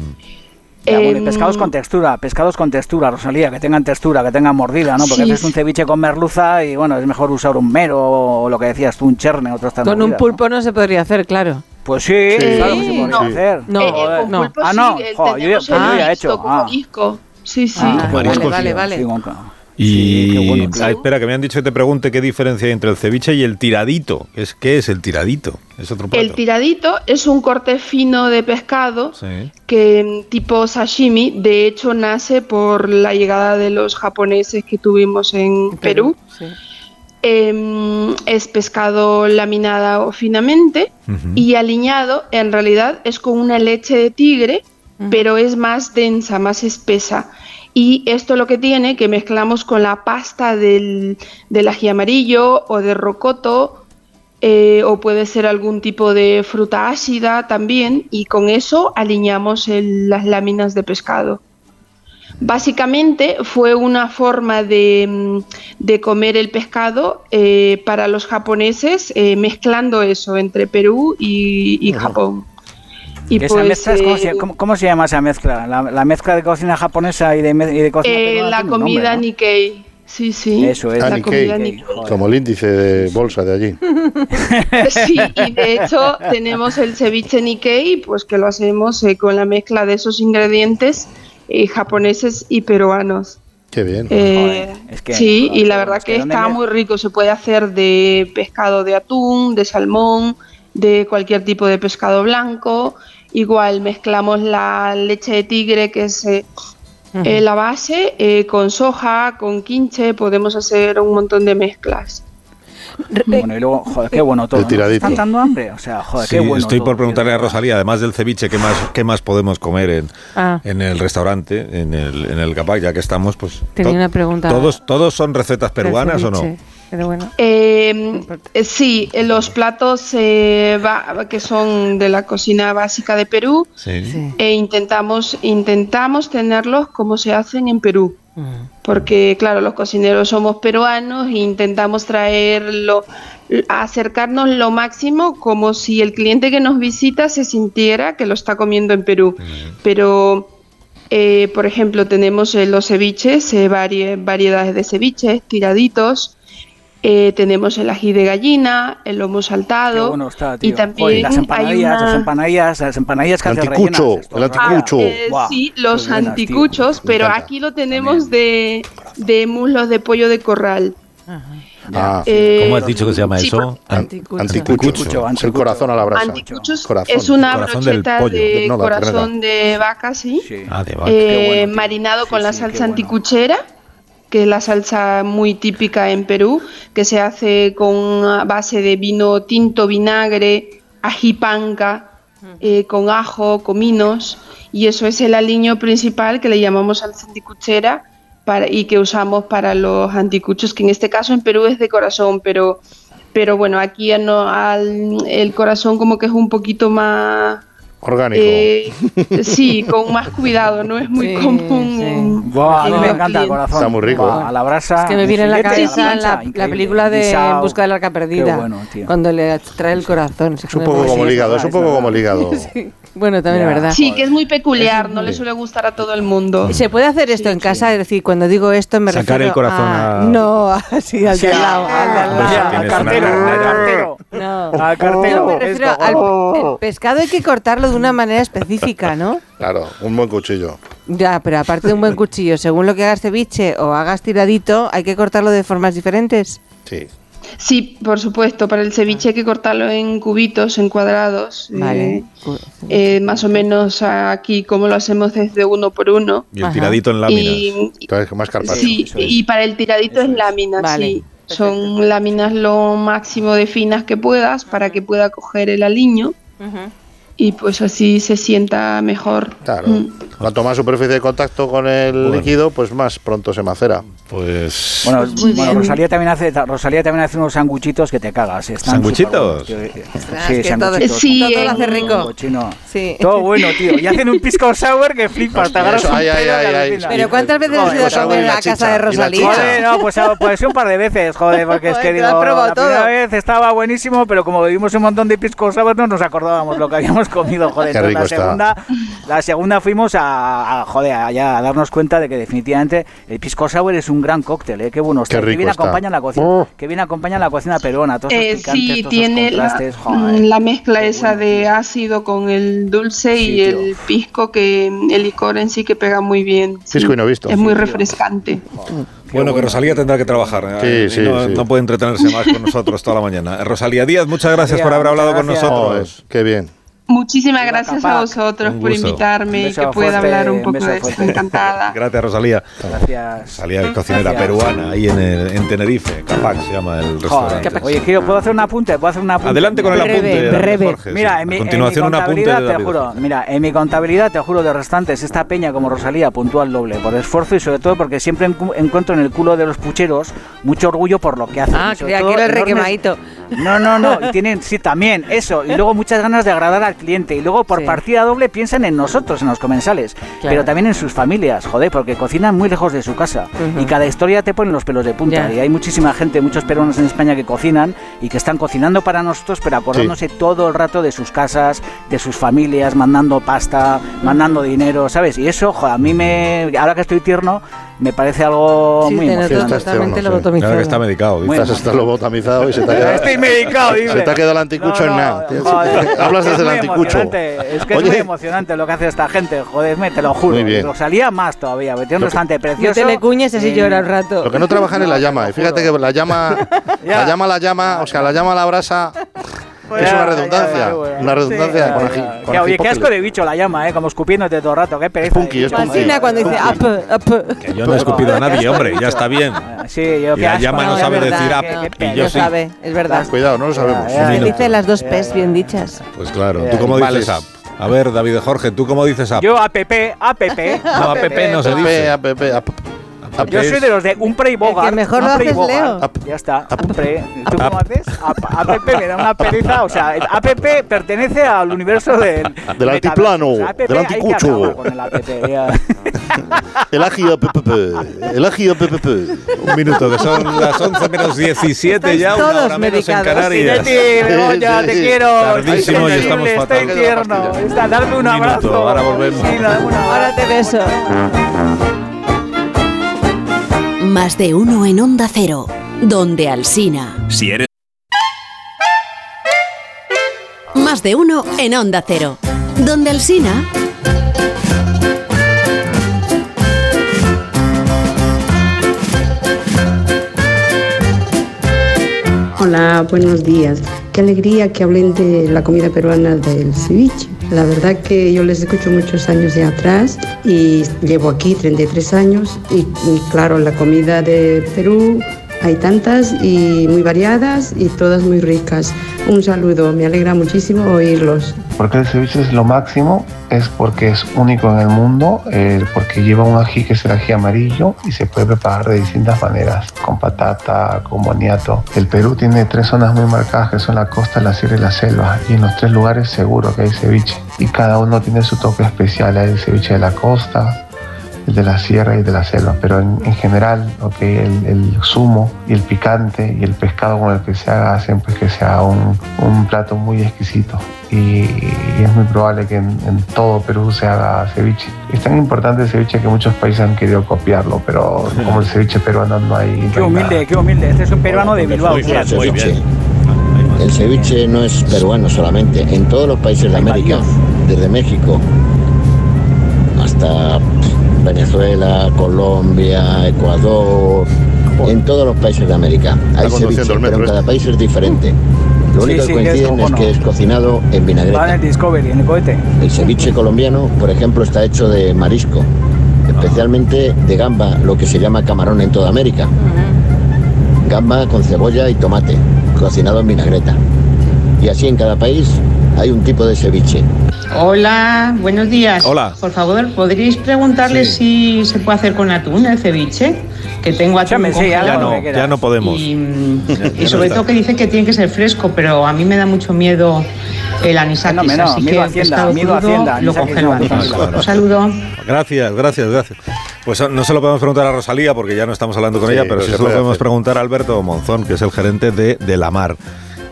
Speaker 4: Ya, bueno, y
Speaker 11: Em,
Speaker 4: pescados con textura, pescados con textura, Rosalía, que tengan textura, que tengan mordida, ¿no? Porque
Speaker 11: Sí.
Speaker 4: haces un ceviche con merluza y bueno, es mejor usar un mero o lo que decías tú, un cherne, otras tantas
Speaker 3: Con un
Speaker 4: movidas,
Speaker 3: pulpo no se podría hacer, claro.
Speaker 4: ¿no? Pues sí,
Speaker 3: Sí.
Speaker 4: claro que se podría
Speaker 3: No.
Speaker 4: hacer.
Speaker 3: No, Eh, eh, con
Speaker 4: no.
Speaker 3: pulpo
Speaker 4: Ah,
Speaker 3: sí,
Speaker 11: eh,
Speaker 4: no,
Speaker 3: el
Speaker 4: jo, yo, ya-
Speaker 3: tenemos
Speaker 4: yo ya he
Speaker 3: mixto
Speaker 4: hecho.
Speaker 3: con
Speaker 4: Ah.
Speaker 11: Marisco. Sí, sí.
Speaker 3: Ah, vale,
Speaker 1: marisco,
Speaker 3: vale,
Speaker 1: sí.
Speaker 3: vale.
Speaker 4: Sí, con ca-
Speaker 1: Y Ah, espera, que me han dicho que te pregunte qué diferencia hay entre el ceviche y el tiradito. Es, ¿Qué es el tiradito? Es otro plato.
Speaker 11: El tiradito es un corte fino de pescado
Speaker 1: Sí.
Speaker 11: que mm, tipo sashimi, de hecho nace por la llegada de los japoneses que tuvimos en Perú. Em, es pescado laminado finamente y aliñado en realidad es con una leche de tigre, pero es más densa, más espesa. Y esto lo que tiene que mezclamos con la pasta del, del ají amarillo o de rocoto eh, o puede ser algún tipo de fruta ácida también y con eso aliñamos el- las láminas de pescado. Básicamente fue una forma de, mm, de comer el pescado eh, para los japoneses eh, mezclando eso entre Perú y, y Japón. Y
Speaker 4: esa
Speaker 11: pues,
Speaker 4: mezcla es como
Speaker 11: eh,
Speaker 4: se- ¿cómo, cómo se llama esa mezcla? La, la mezcla de cocina japonesa y de, me- y de cocina
Speaker 11: eh,
Speaker 4: peruana
Speaker 11: la
Speaker 4: tiene un nombre,
Speaker 11: comida
Speaker 4: ¿no?
Speaker 11: Nikkei. Sí, sí.
Speaker 4: Eso es.
Speaker 11: La
Speaker 2: Ah,
Speaker 11: comida
Speaker 2: Nikkei.
Speaker 11: Nikkei.
Speaker 2: Como el índice de bolsa de allí.
Speaker 11: Sí, y de hecho tenemos el ceviche Nikkei, pues que lo hacemos eh, con la mezcla de esos ingredientes eh, japoneses y peruanos.
Speaker 2: Qué bien.
Speaker 11: Eh,
Speaker 4: que-
Speaker 11: sí, y la
Speaker 4: joder,
Speaker 11: verdad
Speaker 4: es que
Speaker 11: que
Speaker 4: ¿dónde
Speaker 11: está
Speaker 4: me-
Speaker 11: muy rico. Se puede hacer de pescado de atún, de salmón, de cualquier tipo de pescado blanco. Igual mezclamos la leche de tigre, que es eh, eh, la base, eh, con soja, con quinche. Podemos hacer un montón de mezclas.
Speaker 4: Bueno, y luego, joder,
Speaker 3: eh,
Speaker 4: qué bueno todo.
Speaker 1: El
Speaker 4: ¿no?
Speaker 1: tiradito.
Speaker 4: ¿Están dando hambre? O sea, joder,
Speaker 1: Sí,
Speaker 4: qué bueno
Speaker 1: estoy
Speaker 4: todo.
Speaker 1: por preguntarle a Rosalía, además del ceviche, ¿qué más, qué más podemos comer en,
Speaker 3: Ah.
Speaker 1: en el restaurante, en el, en el Capac, ya que estamos? pues
Speaker 3: Tenía
Speaker 1: to-
Speaker 3: una pregunta.
Speaker 1: ¿todos, ¿Todos son recetas
Speaker 3: del
Speaker 1: peruanas o no?
Speaker 3: ceviche, Pero bueno.
Speaker 11: Eh, eh, sí, eh, los platos eh, va- que son de la cocina básica de Perú
Speaker 1: Sí.
Speaker 11: e intentamos, intentamos tenerlos como se hacen en Perú. Porque, claro, los cocineros somos peruanos e intentamos traerlo, acercarnos lo máximo como si el cliente que nos visita se sintiera que lo está comiendo en Perú. Pero eh, por ejemplo, tenemos eh, los ceviches, eh, varie- variedades de ceviches, tiraditos. eh, tenemos el ají de gallina, el lomo
Speaker 4: Qué
Speaker 11: saltado.
Speaker 4: bueno está, tío.
Speaker 11: Y también
Speaker 4: Joder, las
Speaker 11: hay
Speaker 4: empanadillas,
Speaker 11: una-
Speaker 4: las empanadillas, las empanadillas que
Speaker 2: El
Speaker 4: hacen
Speaker 2: anticucho,
Speaker 4: rellenas, estos,
Speaker 2: el
Speaker 4: ¿no?
Speaker 2: anticucho.
Speaker 11: Eh,
Speaker 4: Buah,
Speaker 11: sí,
Speaker 4: qué
Speaker 11: los
Speaker 4: buenas, tío.
Speaker 11: anticuchos,
Speaker 4: Me
Speaker 11: pero
Speaker 4: encanta.
Speaker 11: aquí lo tenemos de, de muslos de pollo de corral.
Speaker 2: Ah,
Speaker 11: Eh,
Speaker 12: ¿Cómo has dicho que se llama
Speaker 11: sí,
Speaker 12: eso?
Speaker 2: Anticucho. Anticucho. Es el corazón a la brasa.
Speaker 11: Anticuchos
Speaker 2: Corazón.
Speaker 11: es una
Speaker 2: Corazón del
Speaker 11: brocheta
Speaker 2: pollo.
Speaker 11: de
Speaker 2: No, la ternera.
Speaker 11: corazón de vaca, sí.
Speaker 1: Ah, de vaca.
Speaker 11: Eh, marinado con la salsa anticuchera, que es la salsa muy típica en Perú, que se hace con una base de vino tinto, vinagre, ají panca, eh, con ajo, cominos, y eso es el aliño principal que le llamamos salsa anticuchera para, y que usamos para los anticuchos, que en este caso en Perú es de corazón, pero, pero bueno, aquí ya no, al- el corazón como que es un poquito más...
Speaker 2: Orgánico.
Speaker 11: Eh, sí, con más cuidado, no es muy común.
Speaker 4: Buah, a
Speaker 11: Sí,
Speaker 4: mí Ah, me
Speaker 11: sí.
Speaker 4: encanta el corazón.
Speaker 2: Está muy rico,
Speaker 4: Buah,
Speaker 2: ¿eh?
Speaker 4: A la brasa.
Speaker 3: Es que me viene a la
Speaker 4: filete,
Speaker 3: cabeza
Speaker 4: plancha,
Speaker 3: la, la
Speaker 4: increíble.
Speaker 3: película de En
Speaker 4: Guisao.
Speaker 3: busca de la arca perdida.
Speaker 4: Qué bueno, tío.
Speaker 3: Cuando le trae el corazón. Es
Speaker 2: un poco como el hígado, es un poco como el hígado.
Speaker 3: Bueno, también es verdad.
Speaker 11: Sí, que es muy peculiar, no le suele gustar a todo el mundo.
Speaker 3: ¿Se puede hacer esto en casa? Es decir, cuando digo esto me
Speaker 1: Sacar
Speaker 3: refiero
Speaker 1: el corazón
Speaker 3: a...
Speaker 1: a-
Speaker 3: No, así, al de al lado. al de al
Speaker 1: Pues
Speaker 3: lado.
Speaker 1: tienes
Speaker 4: al
Speaker 1: una
Speaker 4: cartero, al
Speaker 1: carnera.
Speaker 4: cartero.
Speaker 3: No.
Speaker 2: Ah.
Speaker 4: Al cartero.
Speaker 2: Oh.
Speaker 3: No, me refiero
Speaker 4: esto,
Speaker 3: al
Speaker 4: gordo.
Speaker 3: el pescado hay que cortarlo de una manera específica, ¿no?
Speaker 2: Claro, un buen cuchillo.
Speaker 3: Ya, pero aparte de un buen cuchillo, según lo que hagas ceviche o hagas tiradito, hay que cortarlo de formas diferentes.
Speaker 2: Sí.
Speaker 11: Sí, por supuesto, para el ceviche hay que cortarlo en cubitos, en cuadrados. eh,
Speaker 3: Vale.
Speaker 11: eh, más o menos aquí, como lo hacemos desde uno por uno.
Speaker 1: Y el tiradito en
Speaker 11: Y-
Speaker 1: láminas.
Speaker 2: Entonces, más carpaccio.
Speaker 11: Sí, y para el tiradito es lámina, sí. Son láminas lo máximo de finas que puedas para que pueda coger el aliño
Speaker 3: Ah,
Speaker 11: y pues así se sienta mejor.
Speaker 2: Claro.
Speaker 11: Mm.
Speaker 2: Cuanto más superficie de contacto con el
Speaker 1: Bueno.
Speaker 2: líquido, pues más pronto se macera.
Speaker 1: Pues.
Speaker 4: Bueno,
Speaker 11: Muy
Speaker 4: bueno,
Speaker 11: bien.
Speaker 4: Rosalía también hace ta- Rosalía también hace unos sanguchitos que te cagas. eh, Están
Speaker 1: ¿Sanguchitos?
Speaker 4: superbuenos, tío.
Speaker 3: Ostras,
Speaker 4: Sí,
Speaker 3: Ah, que todo,
Speaker 4: sanguchitos.
Speaker 11: Sí,
Speaker 3: todo
Speaker 11: eh.
Speaker 3: lo hace rico.
Speaker 4: Cochino.
Speaker 3: Sí.
Speaker 4: Todo bueno, tío. Y hacen un pisco sour que flipas. Te
Speaker 2: Hostia,
Speaker 4: agarras
Speaker 2: eso,
Speaker 4: un
Speaker 2: ay,
Speaker 4: pelo
Speaker 2: ay,
Speaker 4: en la
Speaker 2: ay, ay.
Speaker 4: vecina.
Speaker 3: Pero ¿cuántas veces has
Speaker 4: Joder,
Speaker 3: ido a
Speaker 2: pues hago
Speaker 3: comer
Speaker 2: y
Speaker 3: a
Speaker 2: la
Speaker 3: la
Speaker 2: chicha,
Speaker 3: casa de
Speaker 2: y la
Speaker 3: Rosalía?
Speaker 2: chicha.
Speaker 4: Joder, no, pues, pues un par de veces, joder, porque es que
Speaker 3: Joder, te lo has
Speaker 4: digo,
Speaker 3: probado
Speaker 4: la primera
Speaker 3: todo.
Speaker 4: vez estaba buenísimo, pero como bebimos un montón de pisco sour no nos acordábamos lo que habíamos comido, joder.
Speaker 2: Qué
Speaker 4: Entonces,
Speaker 2: rico
Speaker 4: la
Speaker 2: está.
Speaker 4: segunda, la segunda fuimos a, a, joder, allá a darnos cuenta de que definitivamente el pisco sour es un gran cóctel, eh, qué bueno está,
Speaker 2: Qué
Speaker 4: que
Speaker 2: rico
Speaker 4: bien
Speaker 2: está.
Speaker 4: acompaña la cocina,
Speaker 2: Oh.
Speaker 4: que bien acompaña la cocina peruana, todos esos
Speaker 11: Eh,
Speaker 4: picantes,
Speaker 11: sí,
Speaker 4: todos esos
Speaker 11: tiene la, mm,
Speaker 4: contrastes,
Speaker 2: Mm.
Speaker 4: joder.
Speaker 11: la mezcla
Speaker 4: Qué
Speaker 11: esa
Speaker 4: bueno,
Speaker 11: de
Speaker 4: tío.
Speaker 11: ácido con el dulce
Speaker 4: Sí,
Speaker 11: y
Speaker 4: tío.
Speaker 11: el pisco, que mm, el licor en sí que pega muy bien. sí.
Speaker 2: Pisco y no visto.
Speaker 11: Es muy refrescante.
Speaker 1: Bueno, que Rosalía tendrá que trabajar.
Speaker 2: Sí,
Speaker 1: eh, y
Speaker 2: sí,
Speaker 1: no,
Speaker 2: sí.
Speaker 1: no puede entretenerse más con nosotros toda la mañana. Eh, Rosalía Díaz, muchas gracias
Speaker 4: Rosalía,
Speaker 1: por haber hablado con
Speaker 4: muchas gracias.
Speaker 1: nosotros.
Speaker 2: Joder, qué bien.
Speaker 11: Muchísimas
Speaker 4: Viva
Speaker 11: gracias
Speaker 4: Capac.
Speaker 11: a vosotros
Speaker 1: Un
Speaker 11: por
Speaker 1: gusto.
Speaker 4: Un
Speaker 11: invitarme y
Speaker 4: beso
Speaker 11: que pueda
Speaker 4: fuerte,
Speaker 11: hablar
Speaker 4: un
Speaker 11: un poco
Speaker 4: beso
Speaker 11: de esto.
Speaker 4: fuerte.
Speaker 11: Encantada.
Speaker 1: Gracias, Rosalía.
Speaker 4: Gracias.
Speaker 1: Rosalía es cocinera
Speaker 4: Gracias.
Speaker 1: peruana, ahí en, el- en Tenerife. Capac se llama el
Speaker 4: Joder.
Speaker 1: restaurante.
Speaker 4: Oye, Giro, ¿puedo hacer un apunte? ¿Puedo hacer un apunte?
Speaker 1: Adelante con el
Speaker 3: Breve,
Speaker 1: apunte. de David
Speaker 3: breve.
Speaker 1: Jorge, sí.
Speaker 4: Mira, en mi,
Speaker 1: a continuación
Speaker 4: en mi
Speaker 1: un apunte
Speaker 4: contabilidad,
Speaker 1: de
Speaker 4: te
Speaker 1: David
Speaker 4: juro,
Speaker 1: Jorge.
Speaker 4: mira, en mi contabilidad te juro de restantes, esta peña como Rosalía puntúa el doble por esfuerzo y sobre todo porque siempre encu- encuentro en el culo de los pucheros mucho orgullo por lo que hacen.
Speaker 3: Ah,
Speaker 4: Y sobre
Speaker 3: creía que
Speaker 4: todo
Speaker 3: era el
Speaker 4: enormes-
Speaker 3: requemadito.
Speaker 4: No, no, no, y tienen, sí, también, eso, y luego muchas ganas de agradar al cliente y luego por
Speaker 3: Sí.
Speaker 4: partida doble piensan en nosotros, en los comensales, pero también en sus familias, joder, porque cocinan muy lejos de su casa
Speaker 3: Ujú.
Speaker 4: y cada historia te ponen los pelos de punta
Speaker 3: Ya.
Speaker 4: y hay muchísima gente, muchos peruanos en España que cocinan y que están cocinando para nosotros, pero acordándose todo el rato de sus casas, de sus familias, mandando pasta, mandando dinero, ¿sabes? Y eso, joder, a mí me, ahora que estoy tierno, me parece algo
Speaker 3: Sí,
Speaker 4: muy
Speaker 3: te noto
Speaker 4: emocionante.
Speaker 2: Estás
Speaker 3: totalmente
Speaker 2: tierno, sí.
Speaker 3: lobotomizado.
Speaker 1: Claro que está medicado. dice.
Speaker 4: Muy
Speaker 2: Estás hasta lo botamizado y se te ha quedado.
Speaker 4: Estoy medicado, dice.
Speaker 2: Se te ha quedado el anticucho en nada. Tío, se te- Hablas desde el
Speaker 4: muy
Speaker 2: anticucho.
Speaker 4: emocionante, Es que es muy emocionante lo que hace esta gente, joderme, te lo juro.
Speaker 2: Muy bien.
Speaker 4: Y Rosalía más todavía, porque tiene un
Speaker 2: Lo que-
Speaker 4: restante
Speaker 3: Yo
Speaker 4: precioso.
Speaker 3: te le cuñes y así
Speaker 4: Eh,
Speaker 3: llora un rato.
Speaker 2: Lo que no trabajan es la llama.
Speaker 4: te
Speaker 2: Y
Speaker 4: lo
Speaker 2: fíjate
Speaker 4: juro.
Speaker 2: que la llama,
Speaker 4: Ya.
Speaker 2: la llama, la llama, o sea, la llama a la brasa
Speaker 4: Pues
Speaker 2: es
Speaker 4: ya,
Speaker 2: una
Speaker 4: ya,
Speaker 2: redundancia.
Speaker 4: ya, ya,
Speaker 2: Una
Speaker 4: ya.
Speaker 2: redundancia
Speaker 4: Sí,
Speaker 2: con
Speaker 4: ya,
Speaker 2: ají. con
Speaker 4: ya. Ya, Oye, qué
Speaker 2: ajípocles.
Speaker 4: asco de bicho la llama, eh, como escupiéndote todo el rato, qué pereza.
Speaker 2: punky,
Speaker 4: de
Speaker 2: es
Speaker 4: bicho.
Speaker 2: punky.
Speaker 3: Alcina cuando dice up, up.
Speaker 1: Que yo no he escupido a nadie, hombre, ya está bien.
Speaker 4: Sí, yo
Speaker 1: Y la llama no
Speaker 3: es
Speaker 1: sabe
Speaker 3: verdad,
Speaker 1: decir up,
Speaker 3: que-
Speaker 1: y
Speaker 3: que
Speaker 1: yo
Speaker 3: no
Speaker 1: sí.
Speaker 3: sabe, es verdad.
Speaker 2: Cuidado, no lo sabemos.
Speaker 4: Ah, Ya,
Speaker 3: Que
Speaker 1: Minuto.
Speaker 3: dice las dos P's bien dichas.
Speaker 1: Pues claro.
Speaker 4: Eh,
Speaker 1: ¿Tú cómo
Speaker 2: animales.
Speaker 1: dices app? A ver, David Jorge, ¿tú cómo dices app?
Speaker 4: Yo APP, APP.
Speaker 1: No, app no se
Speaker 2: Ape,
Speaker 1: dice.
Speaker 2: ape, ape,
Speaker 1: App
Speaker 4: Yo soy
Speaker 1: es-
Speaker 4: de los de un pre y boga.
Speaker 3: El que mejor lo haces, Leo.
Speaker 4: Ya está, un pre. ¿Tú cómo haces? Ap- APP me da una pereza. O sea, el APP pertenece al universo del. metaverso.
Speaker 2: altiplano,
Speaker 4: O sea, APP
Speaker 2: del
Speaker 4: hay que
Speaker 2: anticucho.
Speaker 4: acabar Con el APP, ya.
Speaker 2: El ají, ape, ape, ape. El ají, ape, ape, ape.
Speaker 1: Un minuto, que son las 11 menos 17 ya,
Speaker 3: Estáis
Speaker 1: una hora
Speaker 3: todos
Speaker 1: menos en
Speaker 3: medicados.
Speaker 1: Canarias.
Speaker 4: Tineti, Begoña,
Speaker 2: Sí,
Speaker 4: te
Speaker 2: sí.
Speaker 4: quiero. Estoy
Speaker 1: Tardísimo y
Speaker 4: sensible,
Speaker 1: estamos fatal.
Speaker 4: Estoy tierno. Está, dame un
Speaker 1: Un minuto,
Speaker 4: abrazo.
Speaker 1: ahora volvemos.
Speaker 4: Sí, dame un abrazo.
Speaker 3: Ahora te beso.
Speaker 9: Más de uno en Onda Cero, donde Alsina.
Speaker 5: Si eres
Speaker 9: Más de uno en Onda Cero, donde Alsina.
Speaker 12: Hola, buenos días. Qué alegría que hablen de la comida peruana del ceviche. La verdad que yo les escucho muchos años de atrás y llevo aquí 33 años y, y claro, la comida de Perú hay tantas y muy variadas y todas muy ricas. Un saludo, me alegra muchísimo oírlos.
Speaker 13: Porque el ceviche es lo máximo? Es porque es único en el mundo, eh, porque lleva un ají que es el ají amarillo y se puede preparar de distintas maneras, con patata, con boniato. El Perú tiene tres zonas muy marcadas que son la costa, la sierra y la selva, y en los tres lugares seguro que hay ceviche. Y cada uno tiene su toque especial, hay el ceviche de la costa, el de la sierra y el de la selva, pero en, en general lo que el, el zumo y el picante y el pescado con el que se haga hacen pues que sea un, un plato muy exquisito y, y es muy probable que en, en todo Perú se haga ceviche. Es tan importante el ceviche que muchos países han querido copiarlo, pero como el ceviche peruano no hay... no
Speaker 4: Qué
Speaker 13: hay
Speaker 4: humilde,
Speaker 13: nada.
Speaker 4: qué humilde. Este es un peruano de Bilbao.
Speaker 1: Muy bien,
Speaker 4: claro.
Speaker 1: muy bien. Ah,
Speaker 14: El ceviche no es peruano solamente, en todos los países de América, desde México hasta pff, Venezuela, Colombia, Ecuador, en todos los países de América hay
Speaker 2: conduciendo
Speaker 14: ceviche,
Speaker 2: el metro
Speaker 14: pero
Speaker 1: ¿eh?
Speaker 14: en cada
Speaker 2: este.
Speaker 14: país es diferente. Lo
Speaker 4: Sí,
Speaker 14: único
Speaker 4: sí,
Speaker 14: que
Speaker 4: que es
Speaker 14: coinciden es
Speaker 4: cojono.
Speaker 14: que es cocinado en
Speaker 4: Va en el
Speaker 14: vinagreta.
Speaker 4: Discovery, en el cohete.
Speaker 14: El ceviche colombiano, por ejemplo, está hecho de marisco, especialmente de gamba, lo que se llama camarón en toda América. gambas con cebolla y tomate, cocinado en vinagreta. Y así en cada país hay un tipo de ceviche.
Speaker 15: Hola, buenos días.
Speaker 14: Hola.
Speaker 15: Por favor, ¿podríais preguntarle si se puede hacer con atún el ceviche? Que tengo atún
Speaker 4: Escúchame, sí,
Speaker 15: congelado.
Speaker 1: Ya no, ya no podemos.
Speaker 15: Y sobre todo que dice que tiene que ser fresco, pero a mí me da mucho miedo el anisakis,
Speaker 4: Fenómeno,
Speaker 15: así
Speaker 4: miedo
Speaker 15: que
Speaker 4: a Hacienda,
Speaker 15: pescado
Speaker 4: miedo a
Speaker 15: crudo
Speaker 4: Hacienda,
Speaker 15: lo
Speaker 4: anisakis
Speaker 15: congelo
Speaker 4: no,
Speaker 15: antes.
Speaker 1: claro, claro.
Speaker 15: Un saludo.
Speaker 1: Gracias, gracias, gracias. Pues no se lo podemos preguntar a Rosalía porque ya no estamos hablando con
Speaker 2: Sí,
Speaker 1: ella, pero
Speaker 2: pero
Speaker 1: sí se
Speaker 2: se
Speaker 1: lo
Speaker 2: puede
Speaker 1: podemos
Speaker 2: hacer.
Speaker 1: preguntar a Alberto Monzón, que es el gerente de, de la mar.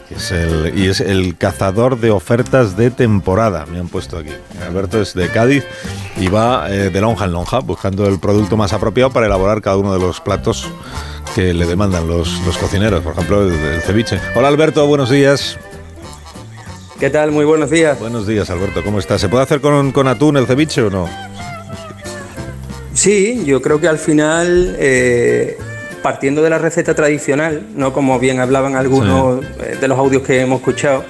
Speaker 1: que Es el, y es el cazador de ofertas de temporada, me han puesto aquí. Alberto es de Cádiz y va eh, de lonja en lonja buscando el producto más apropiado para elaborar cada uno de los platos que le demandan los, los cocineros, por ejemplo el, el ceviche. Hola Alberto, buenos días.
Speaker 16: ¿Qué tal? Muy buenos días.
Speaker 1: Buenos días Alberto, ¿cómo estás? ¿Se puede hacer con, con atún el ceviche o no?
Speaker 16: Sí, yo creo que al final, eh, partiendo de la receta tradicional, no como bien hablaban algunos eh, de los audios que hemos escuchado,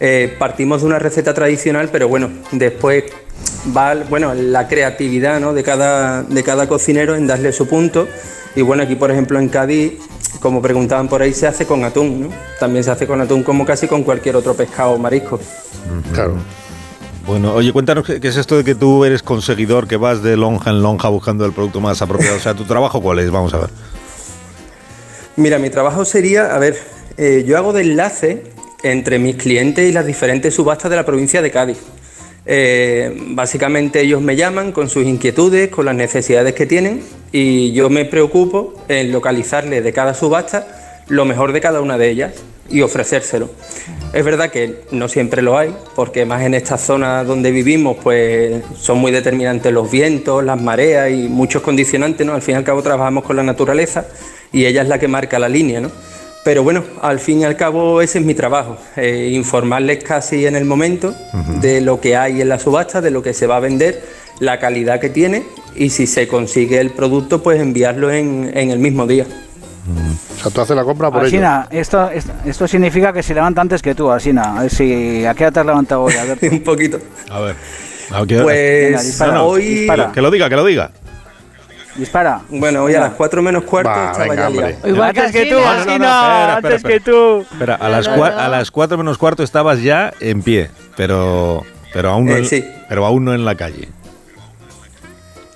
Speaker 16: eh, partimos de una receta tradicional, pero bueno, después va bueno, la creatividad ¿no? de, cada, de cada cocinero en darle su punto. Y bueno, aquí por ejemplo en Cádiz, como preguntaban por ahí, se hace con atún, ¿no? También se hace con atún como casi con cualquier otro pescado o marisco.
Speaker 1: Claro. Bueno, oye, cuéntanos qué, qué es esto de que tú eres conseguidor, que vas de lonja en lonja buscando el producto más apropiado. O sea, tu trabajo cuál es, vamos a ver.
Speaker 16: Mira, mi trabajo sería, a ver, eh, yo hago de enlace entre mis clientes y las diferentes subastas de la provincia de Cádiz. Eh, básicamente ellos me llaman con sus inquietudes, con las necesidades que tienen y yo me preocupo en localizarles de cada subasta lo mejor de cada una de ellas y ofrecérselo. Es verdad que no siempre lo hay, porque más en esta zona donde vivimos, pues son muy determinantes los vientos, las mareas y muchos condicionantes, ¿no? Al fin y al cabo trabajamos con la naturaleza y ella es la que marca la línea, ¿no? Pero bueno, al fin y al cabo ese es mi trabajo, eh, informarles casi en el momento de lo que hay en la subasta, de lo que se va a vender, la calidad que tiene y si se consigue el producto, pues enviarlo en, en el mismo día.
Speaker 2: Mm. O sea, tú haces la compra por ello.
Speaker 4: Asina, esto, esto, esto significa que se levanta antes que tú, Asina. A ver si. ¿A qué hora te has levantado hoy, Alberto?
Speaker 16: Un poquito.
Speaker 1: A ver. eh,
Speaker 16: Pues,
Speaker 4: Venga, dispara,
Speaker 16: no, no,
Speaker 4: hoy.
Speaker 16: dispara.
Speaker 1: Que lo diga, que lo diga.
Speaker 4: Dispara.
Speaker 16: Bueno, hoy a las 4 menos cuarto estaba ya liado.
Speaker 4: antes que tú,
Speaker 1: No, no, no,
Speaker 4: Asina.
Speaker 1: espera, espera,
Speaker 4: antes
Speaker 1: espera.
Speaker 4: que tú.
Speaker 1: Espera, a las, cua- a las 4 menos cuarto estabas ya en pie, pero, pero, aún no
Speaker 16: Eh,
Speaker 1: en,
Speaker 16: sí.
Speaker 1: pero aún no en la calle.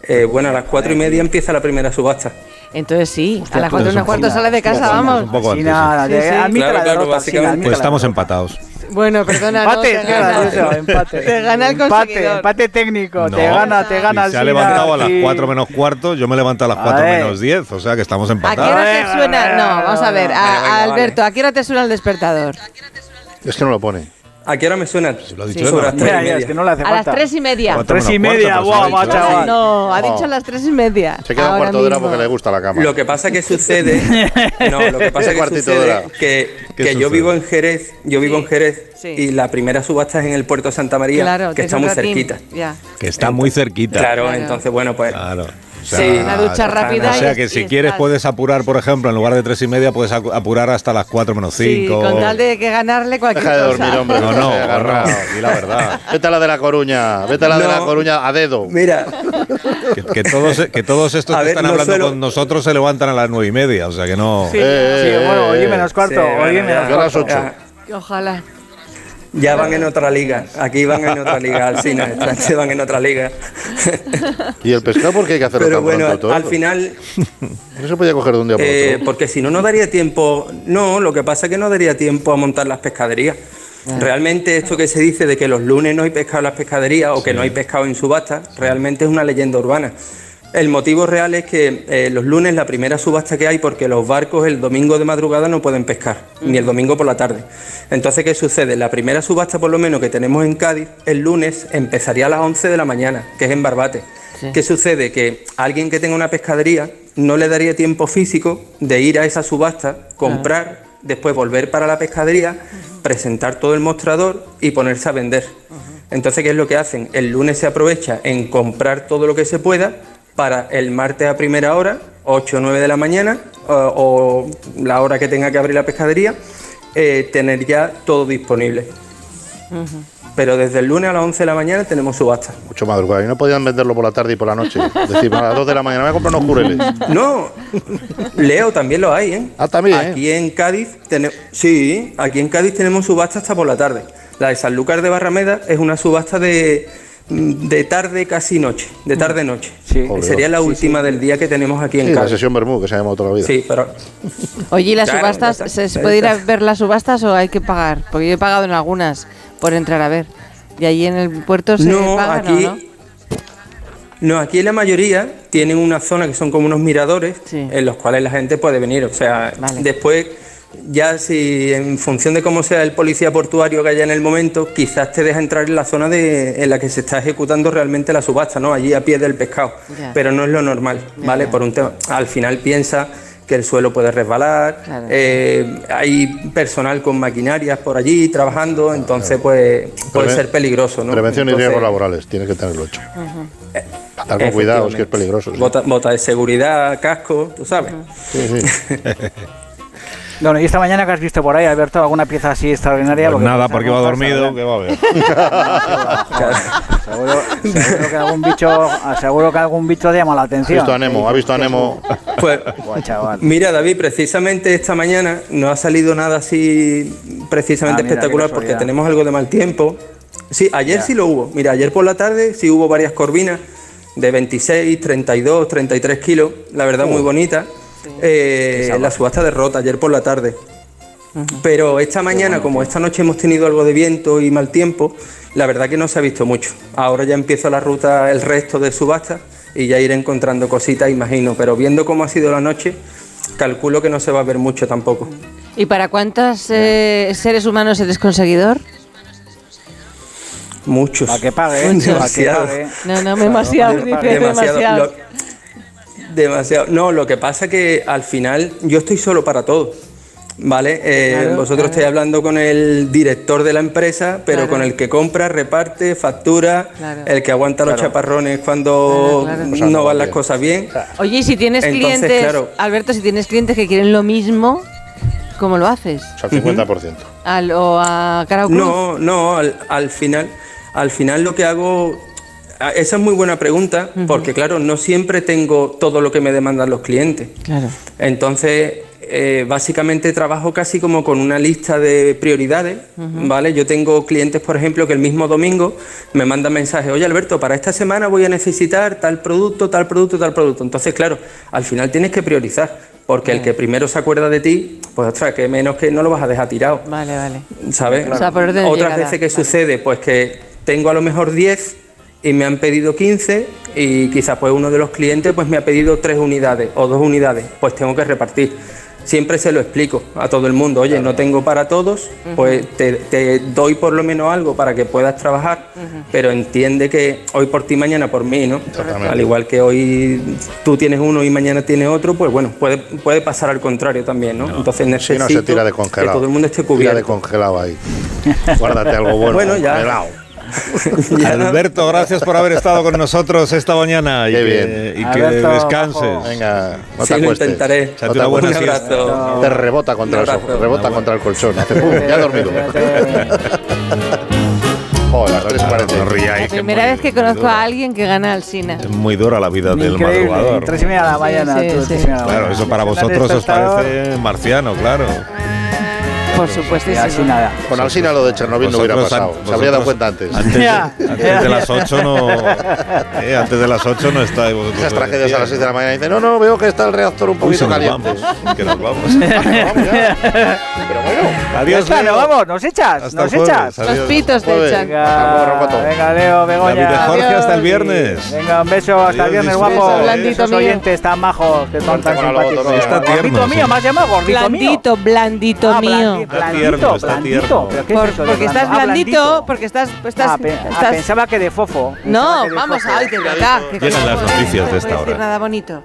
Speaker 16: Eh, bueno, a las cuatro y media empieza la primera subasta.
Speaker 3: Entonces sí, a las
Speaker 16: tú
Speaker 3: cuatro
Speaker 16: eres
Speaker 3: y
Speaker 16: un
Speaker 3: cuarto
Speaker 16: gilado,
Speaker 3: sales de casa,
Speaker 16: Asina,
Speaker 3: vamos.
Speaker 1: Un poco antes.
Speaker 4: Asina,
Speaker 1: sí.
Speaker 4: de- Sí, sí. admita
Speaker 16: Claro,
Speaker 4: la
Speaker 16: claro,
Speaker 4: derrota, Asina,
Speaker 16: básicamente.
Speaker 4: admita
Speaker 1: Pues
Speaker 4: la
Speaker 1: estamos empatados.
Speaker 3: Bueno, perdona. no,
Speaker 4: Empate,
Speaker 3: te
Speaker 4: te gana,
Speaker 3: gana.
Speaker 4: eso, empate.
Speaker 3: Te gana el
Speaker 4: empate,
Speaker 3: conseguidor.
Speaker 4: empate técnico, te
Speaker 1: No.
Speaker 4: gana, te gana.
Speaker 1: Y se ha
Speaker 4: Asina,
Speaker 1: levantado a las
Speaker 4: sí.
Speaker 1: 4 menos cuarto, yo me levanto a las 4
Speaker 4: ver.
Speaker 1: menos 10, o sea que estamos
Speaker 3: ¿A qué hora
Speaker 1: empatados.
Speaker 3: te suena? No, vamos a ver.
Speaker 16: Venga, venga,
Speaker 3: A, a Alberto, ¿a qué hora te suena el despertador?
Speaker 2: Es que no lo pone.
Speaker 16: ¿A qué hora me suena?
Speaker 2: Pues
Speaker 1: lo ha
Speaker 16: Sí,
Speaker 1: dicho él,
Speaker 16: sobre
Speaker 1: ¿no?
Speaker 16: las tres y
Speaker 1: Mira,
Speaker 4: ya, es
Speaker 16: media.
Speaker 4: que no le hace
Speaker 3: A las
Speaker 4: falta.
Speaker 3: tres y media.
Speaker 1: Cuatro
Speaker 4: Tres y
Speaker 1: menos
Speaker 4: media,
Speaker 1: cuarto, pues,
Speaker 4: guau,
Speaker 1: lo ha dicho.
Speaker 4: chaval.
Speaker 3: No, ha
Speaker 2: Oh.
Speaker 3: dicho a las tres y media.
Speaker 2: Se queda un
Speaker 3: Ahora
Speaker 2: cuarto de hora
Speaker 3: mismo.
Speaker 2: porque le gusta la cama.
Speaker 16: Lo que pasa que sucede, no, lo que pasa que
Speaker 2: Cuartito
Speaker 16: sucede
Speaker 2: dorado.
Speaker 16: que,
Speaker 2: ¿Qué
Speaker 16: que
Speaker 2: sucede?
Speaker 16: yo vivo en Jerez, yo vivo en Jerez
Speaker 3: sí.
Speaker 16: y la primera subasta es en el puerto de Santa María,
Speaker 3: Claro,
Speaker 16: que
Speaker 3: tienes
Speaker 16: está
Speaker 3: un
Speaker 16: muy
Speaker 3: ratín.
Speaker 16: cerquita.
Speaker 3: Ya.
Speaker 1: Que está muy cerquita.
Speaker 16: Claro, entonces bueno, pues
Speaker 1: Claro. O
Speaker 16: Sí,
Speaker 3: una ducha rápida
Speaker 1: O sea
Speaker 3: y-
Speaker 1: que si
Speaker 3: y
Speaker 1: quieres
Speaker 3: estás.
Speaker 1: puedes apurar, por ejemplo, en lugar de tres y media puedes acu- apurar hasta las 4 menos 5.
Speaker 3: Sí, con tal de que ganarle cualquier
Speaker 2: Deja de
Speaker 3: cosa.
Speaker 2: dormir, hombre.
Speaker 1: No, no,
Speaker 2: agarrado.
Speaker 1: di la verdad.
Speaker 2: Vete a la de la Coruña. Vete a la de la
Speaker 16: No.
Speaker 2: Coruña a dedo.
Speaker 16: mira,
Speaker 1: Que, que todos, eh, que todos estos
Speaker 16: A
Speaker 1: que
Speaker 16: ver,
Speaker 1: están
Speaker 16: no
Speaker 1: hablando
Speaker 16: suelo-
Speaker 1: con nosotros se levantan a las nueve y media, o sea que no.
Speaker 4: Sí,
Speaker 2: Eh,
Speaker 4: sí,
Speaker 2: eh,
Speaker 4: bueno,
Speaker 2: eh,
Speaker 4: oye menos cuarto,
Speaker 16: sí, bueno,
Speaker 4: oye
Speaker 16: ya.
Speaker 4: menos
Speaker 2: Yo a las
Speaker 4: cuarto.
Speaker 2: 8.
Speaker 3: Ojalá.
Speaker 16: ya van en otra liga, aquí van en otra liga, al final, se van en otra liga.
Speaker 2: ¿Y el pescado por qué hay que hacerlo
Speaker 16: Pero
Speaker 2: tan
Speaker 16: bueno,
Speaker 2: pronto? todo
Speaker 16: al
Speaker 2: eso?
Speaker 16: final
Speaker 2: No se podía coger de un día para
Speaker 16: Eh,
Speaker 2: otro.
Speaker 16: porque si no, no daría tiempo. No, lo que pasa es que no daría tiempo a montar las pescaderías. Realmente esto que se dice de que los lunes no hay pescado en las pescaderías o que no hay pescado en subasta, realmente es una leyenda urbana. El motivo real es que eh, los lunes la primera subasta que hay porque los barcos el domingo de madrugada no pueden pescar, ni el domingo por la tarde. Entonces, ¿qué sucede? La primera subasta por lo menos que tenemos en Cádiz, el lunes empezaría a las 11 de la mañana, que es en Barbate.
Speaker 3: Sí.
Speaker 16: ¿Qué sucede? Que alguien que tenga una pescadería no le daría tiempo físico de ir a esa subasta, comprar, después volver para la pescadería, presentar todo el mostrador y ponerse a vender. Entonces, ¿qué es lo que hacen? El lunes se aprovecha en comprar todo lo que se pueda para el martes a primera hora, 8 o 9 de la mañana, o, eh, o la hora que tenga que abrir la pescadería, eh, tener ya todo disponible. Pero desde el lunes a las 11 de la mañana tenemos subasta.
Speaker 2: Mucho madrugada. Y no podían venderlo por la tarde y por la noche. Decir, a las 2 de la mañana me voy a comprar unos cureles.
Speaker 16: No, Leo, también lo hay, ¿eh?
Speaker 2: Ah, también.
Speaker 16: Aquí en Cádiz tenemos. Sí, aquí en Cádiz tenemos subasta hasta por la tarde. La de Sanlúcar de Barrameda es una subasta de, de tarde, casi noche. De tarde-noche.
Speaker 2: Joder.
Speaker 16: Sería la última del día que tenemos aquí en
Speaker 2: Sí, la
Speaker 16: Cádiz.
Speaker 2: sesión Bermú, que se ha llamado toda la vida.
Speaker 16: Sí, pero.
Speaker 3: Oye, ¿y las
Speaker 16: Claro,
Speaker 3: subastas?
Speaker 16: ya está,
Speaker 3: ¿Se, se
Speaker 16: ya
Speaker 3: puede ir a
Speaker 16: está.
Speaker 3: ver las subastas o hay que pagar? Porque yo he pagado en algunas por entrar a ver. Y allí en el puerto se
Speaker 16: No,
Speaker 3: paga,
Speaker 16: aquí.
Speaker 3: ¿no?
Speaker 16: No, aquí la mayoría tienen una zona que son como unos miradores en los cuales la gente puede venir. O sea, después, ya si en función de cómo sea el policía portuario que haya en el momento, quizás te deja entrar en la zona de, en la que se está ejecutando realmente la subasta, ¿no? Allí a pie del pescado.
Speaker 17: Ya.
Speaker 16: Pero no es lo normal, ¿vale? Por un tema. Al final piensa que el suelo puede resbalar,
Speaker 17: Claro.
Speaker 16: eh, hay personal con maquinarias por allí trabajando, entonces pues puede
Speaker 2: Preven-
Speaker 16: ser peligroso, ¿no?
Speaker 2: Prevención y
Speaker 16: Entonces-
Speaker 2: riesgos laborales, tienes que tenerlo hecho. Estar con cuidado, es que es peligroso. sí.
Speaker 16: Bota, bota de seguridad, casco, tú sabes.
Speaker 4: Bueno, ¿y esta mañana que has visto por ahí, Alberto, alguna pieza así extraordinaria?
Speaker 1: Pues nada,
Speaker 4: pensamos
Speaker 1: porque va
Speaker 4: para
Speaker 1: dormido,
Speaker 4: saber.
Speaker 1: que va a ver.
Speaker 4: Seguro, seguro que algún bicho, seguro que algún bicho te llama la atención.
Speaker 16: Pues,
Speaker 4: Buah, chaval.
Speaker 16: mira, David, precisamente esta mañana no ha salido nada así precisamente
Speaker 4: Ah, mira,
Speaker 16: espectacular
Speaker 4: qué
Speaker 16: porque
Speaker 4: casualidad.
Speaker 16: tenemos algo de mal tiempo. Sí, ayer
Speaker 4: Ya.
Speaker 16: sí lo hubo. Mira, ayer por la tarde sí hubo varias corvinas de 26, 32, 33 kilos. La verdad,
Speaker 4: Uh.
Speaker 16: muy bonita. Eh, la subasta de rota ayer por la tarde. Pero esta mañana, como esta noche hemos tenido algo de viento y mal tiempo, la verdad que no se ha visto mucho. Ahora ya empieza la ruta, el resto de subasta y ya iré encontrando cositas, imagino. Pero viendo cómo ha sido la noche, calculo que no se va a ver mucho tampoco.
Speaker 3: ¿Y para cuántos eh, seres humanos eres conseguidor?
Speaker 16: Muchos.
Speaker 4: Para que pague,
Speaker 16: Muchos.
Speaker 4: para que
Speaker 16: Demasiado.
Speaker 4: pague.
Speaker 3: No, no, demasiado,
Speaker 16: Claro,
Speaker 3: dice, demasiado.
Speaker 16: lo- demasiado. No, lo que pasa que al final yo estoy solo para todo. ¿Vale? Eh,
Speaker 17: Claro,
Speaker 16: vosotros estáis hablando con el director de la empresa, pero
Speaker 17: Claro.
Speaker 16: con el que compra, reparte, factura,
Speaker 3: Claro.
Speaker 16: el que aguanta los
Speaker 3: Claro.
Speaker 16: chaparrones cuando
Speaker 3: Claro, claro.
Speaker 16: no
Speaker 3: O sea, no va
Speaker 16: van las
Speaker 3: bien.
Speaker 16: cosas bien.
Speaker 3: Oye, y si tienes
Speaker 16: Entonces,
Speaker 3: clientes,
Speaker 16: claro.
Speaker 3: Alberto, si tienes clientes que quieren lo mismo, ¿cómo lo haces?
Speaker 2: Al 50%.
Speaker 3: Al, ¿O a Caracol?
Speaker 16: No, no, al, al final, al final lo que hago. a- Esa es muy buena pregunta, porque claro, no siempre tengo todo lo que me demandan los clientes.
Speaker 3: Claro.
Speaker 16: Entonces, eh, básicamente trabajo casi como con una lista de prioridades,
Speaker 17: Ujú.
Speaker 16: ¿vale? Yo tengo clientes, por ejemplo, que el mismo domingo me mandan mensajes, oye Alberto, para esta semana voy a necesitar tal producto, tal producto, tal producto. Entonces, claro, al final tienes que priorizar, porque el que primero se acuerda de ti, pues ostras, que menos que no lo vas a dejar tirado.
Speaker 3: Vale, vale.
Speaker 16: ¿Sabes?
Speaker 3: O sea, por orden de
Speaker 16: Otras
Speaker 3: llegada.
Speaker 16: veces que sucede, pues que tengo a lo mejor 10 y me han pedido 15 y quizás pues uno de los clientes pues me ha pedido tres unidades o dos unidades, pues tengo que repartir. Siempre se lo explico a todo el mundo, oye, no tengo para todos,
Speaker 17: Ujú.
Speaker 16: pues te, te doy por lo menos algo para que puedas trabajar, pero entiende que hoy por ti, mañana por mí, ¿no? Al igual que hoy tú tienes uno y mañana tienes otro, pues bueno, puede, puede pasar al contrario también, ¿no? Entonces
Speaker 2: Si
Speaker 16: necesito
Speaker 2: no, se tira de
Speaker 16: que
Speaker 2: congelado.
Speaker 16: todo el mundo esté
Speaker 2: Tira
Speaker 16: cubierto.
Speaker 2: de congelado ahí. Guárdate algo bueno.
Speaker 16: Bueno, ya.
Speaker 2: congelado.
Speaker 1: Alberto, gracias por haber estado con nosotros esta mañana y
Speaker 2: Qué
Speaker 1: que,
Speaker 2: bien.
Speaker 1: y que
Speaker 2: Alberto,
Speaker 1: descanses.
Speaker 2: Venga, no
Speaker 16: Sí,
Speaker 2: te
Speaker 16: lo
Speaker 2: acuestes.
Speaker 16: intentaré.
Speaker 2: Échate
Speaker 16: No te
Speaker 2: una buena
Speaker 16: acuestes. Un
Speaker 2: siesta.
Speaker 16: abrazo.
Speaker 2: Te rebota contra,
Speaker 16: Un
Speaker 2: el,
Speaker 16: abrazo.
Speaker 2: sofá, rebota contra el colchón. Hace, "Pum, ya he dormido. Joder, las 3:40.
Speaker 1: No ríais, que es
Speaker 3: Primera vez que conozco
Speaker 1: duro.
Speaker 3: a alguien que gana al Sina.
Speaker 1: muy dura la vida del
Speaker 4: Increíble,
Speaker 1: madrugador.
Speaker 4: tres y media de la mañana,
Speaker 3: Sí, sí,
Speaker 4: tú,
Speaker 3: sí.
Speaker 4: tres y media de la
Speaker 1: Claro,
Speaker 4: mañana.
Speaker 1: eso para
Speaker 4: Estar
Speaker 1: vosotros os
Speaker 4: despertado,
Speaker 1: parece marciano, claro.
Speaker 3: Por supuesto,
Speaker 4: así nada.
Speaker 2: Con Alsina lo de Chernobyl no hubiera pasado. Se habría dado cuenta antes.
Speaker 1: Antes, de- antes de las 8 no. eh, antes de las 8 no estáis vosotros.
Speaker 2: Esas tragedias a las 6 de la mañana dicen, no, no, veo que está el reactor un
Speaker 1: Uy, se
Speaker 2: poquito
Speaker 1: nos
Speaker 2: caliente.
Speaker 1: vamos, que nos vamos.
Speaker 4: Ya
Speaker 1: Adiós,
Speaker 4: está,
Speaker 1: Leo.
Speaker 4: nos vamos, nos echas,
Speaker 1: Hasta
Speaker 4: nos
Speaker 1: el jueves,
Speaker 4: echas.
Speaker 1: adiós. Los pitos te Jueves. echan.
Speaker 4: Venga, venga, Leo, Begoña.
Speaker 1: David de Jorge, hasta el
Speaker 4: Adiós.
Speaker 1: viernes.
Speaker 4: Venga, un beso, hasta el
Speaker 1: Adiós,
Speaker 4: viernes,
Speaker 1: disfruta,
Speaker 4: guapo.
Speaker 1: eh.
Speaker 4: Blandito Esos
Speaker 3: mío.
Speaker 4: oyentes tan majos, que son tan
Speaker 1: con la
Speaker 4: simpáticos.
Speaker 1: lobotomía. Está tierno,
Speaker 4: Gordito mío,
Speaker 1: sí.
Speaker 4: más llamado, gordito mío.
Speaker 3: Blandito, blandito
Speaker 4: Ah,
Speaker 3: mío.
Speaker 4: blandi- blandito,
Speaker 1: está
Speaker 4: blandito.
Speaker 1: tierno.
Speaker 4: ¿Pero qué es
Speaker 3: Por-
Speaker 4: eso de
Speaker 3: porque estás
Speaker 4: blando? Ah,
Speaker 3: blandito, porque estás. pues estás,
Speaker 4: Ah, pe- ah,
Speaker 3: estás-
Speaker 4: pensaba que de fofo. Pensaba
Speaker 3: no,
Speaker 4: que de
Speaker 3: vamos,
Speaker 4: fofo.
Speaker 3: ay, de verdad. que
Speaker 1: Llegan
Speaker 3: no
Speaker 1: las
Speaker 3: puedo
Speaker 1: noticias de esta
Speaker 3: decir
Speaker 1: hora.
Speaker 3: nada bonito.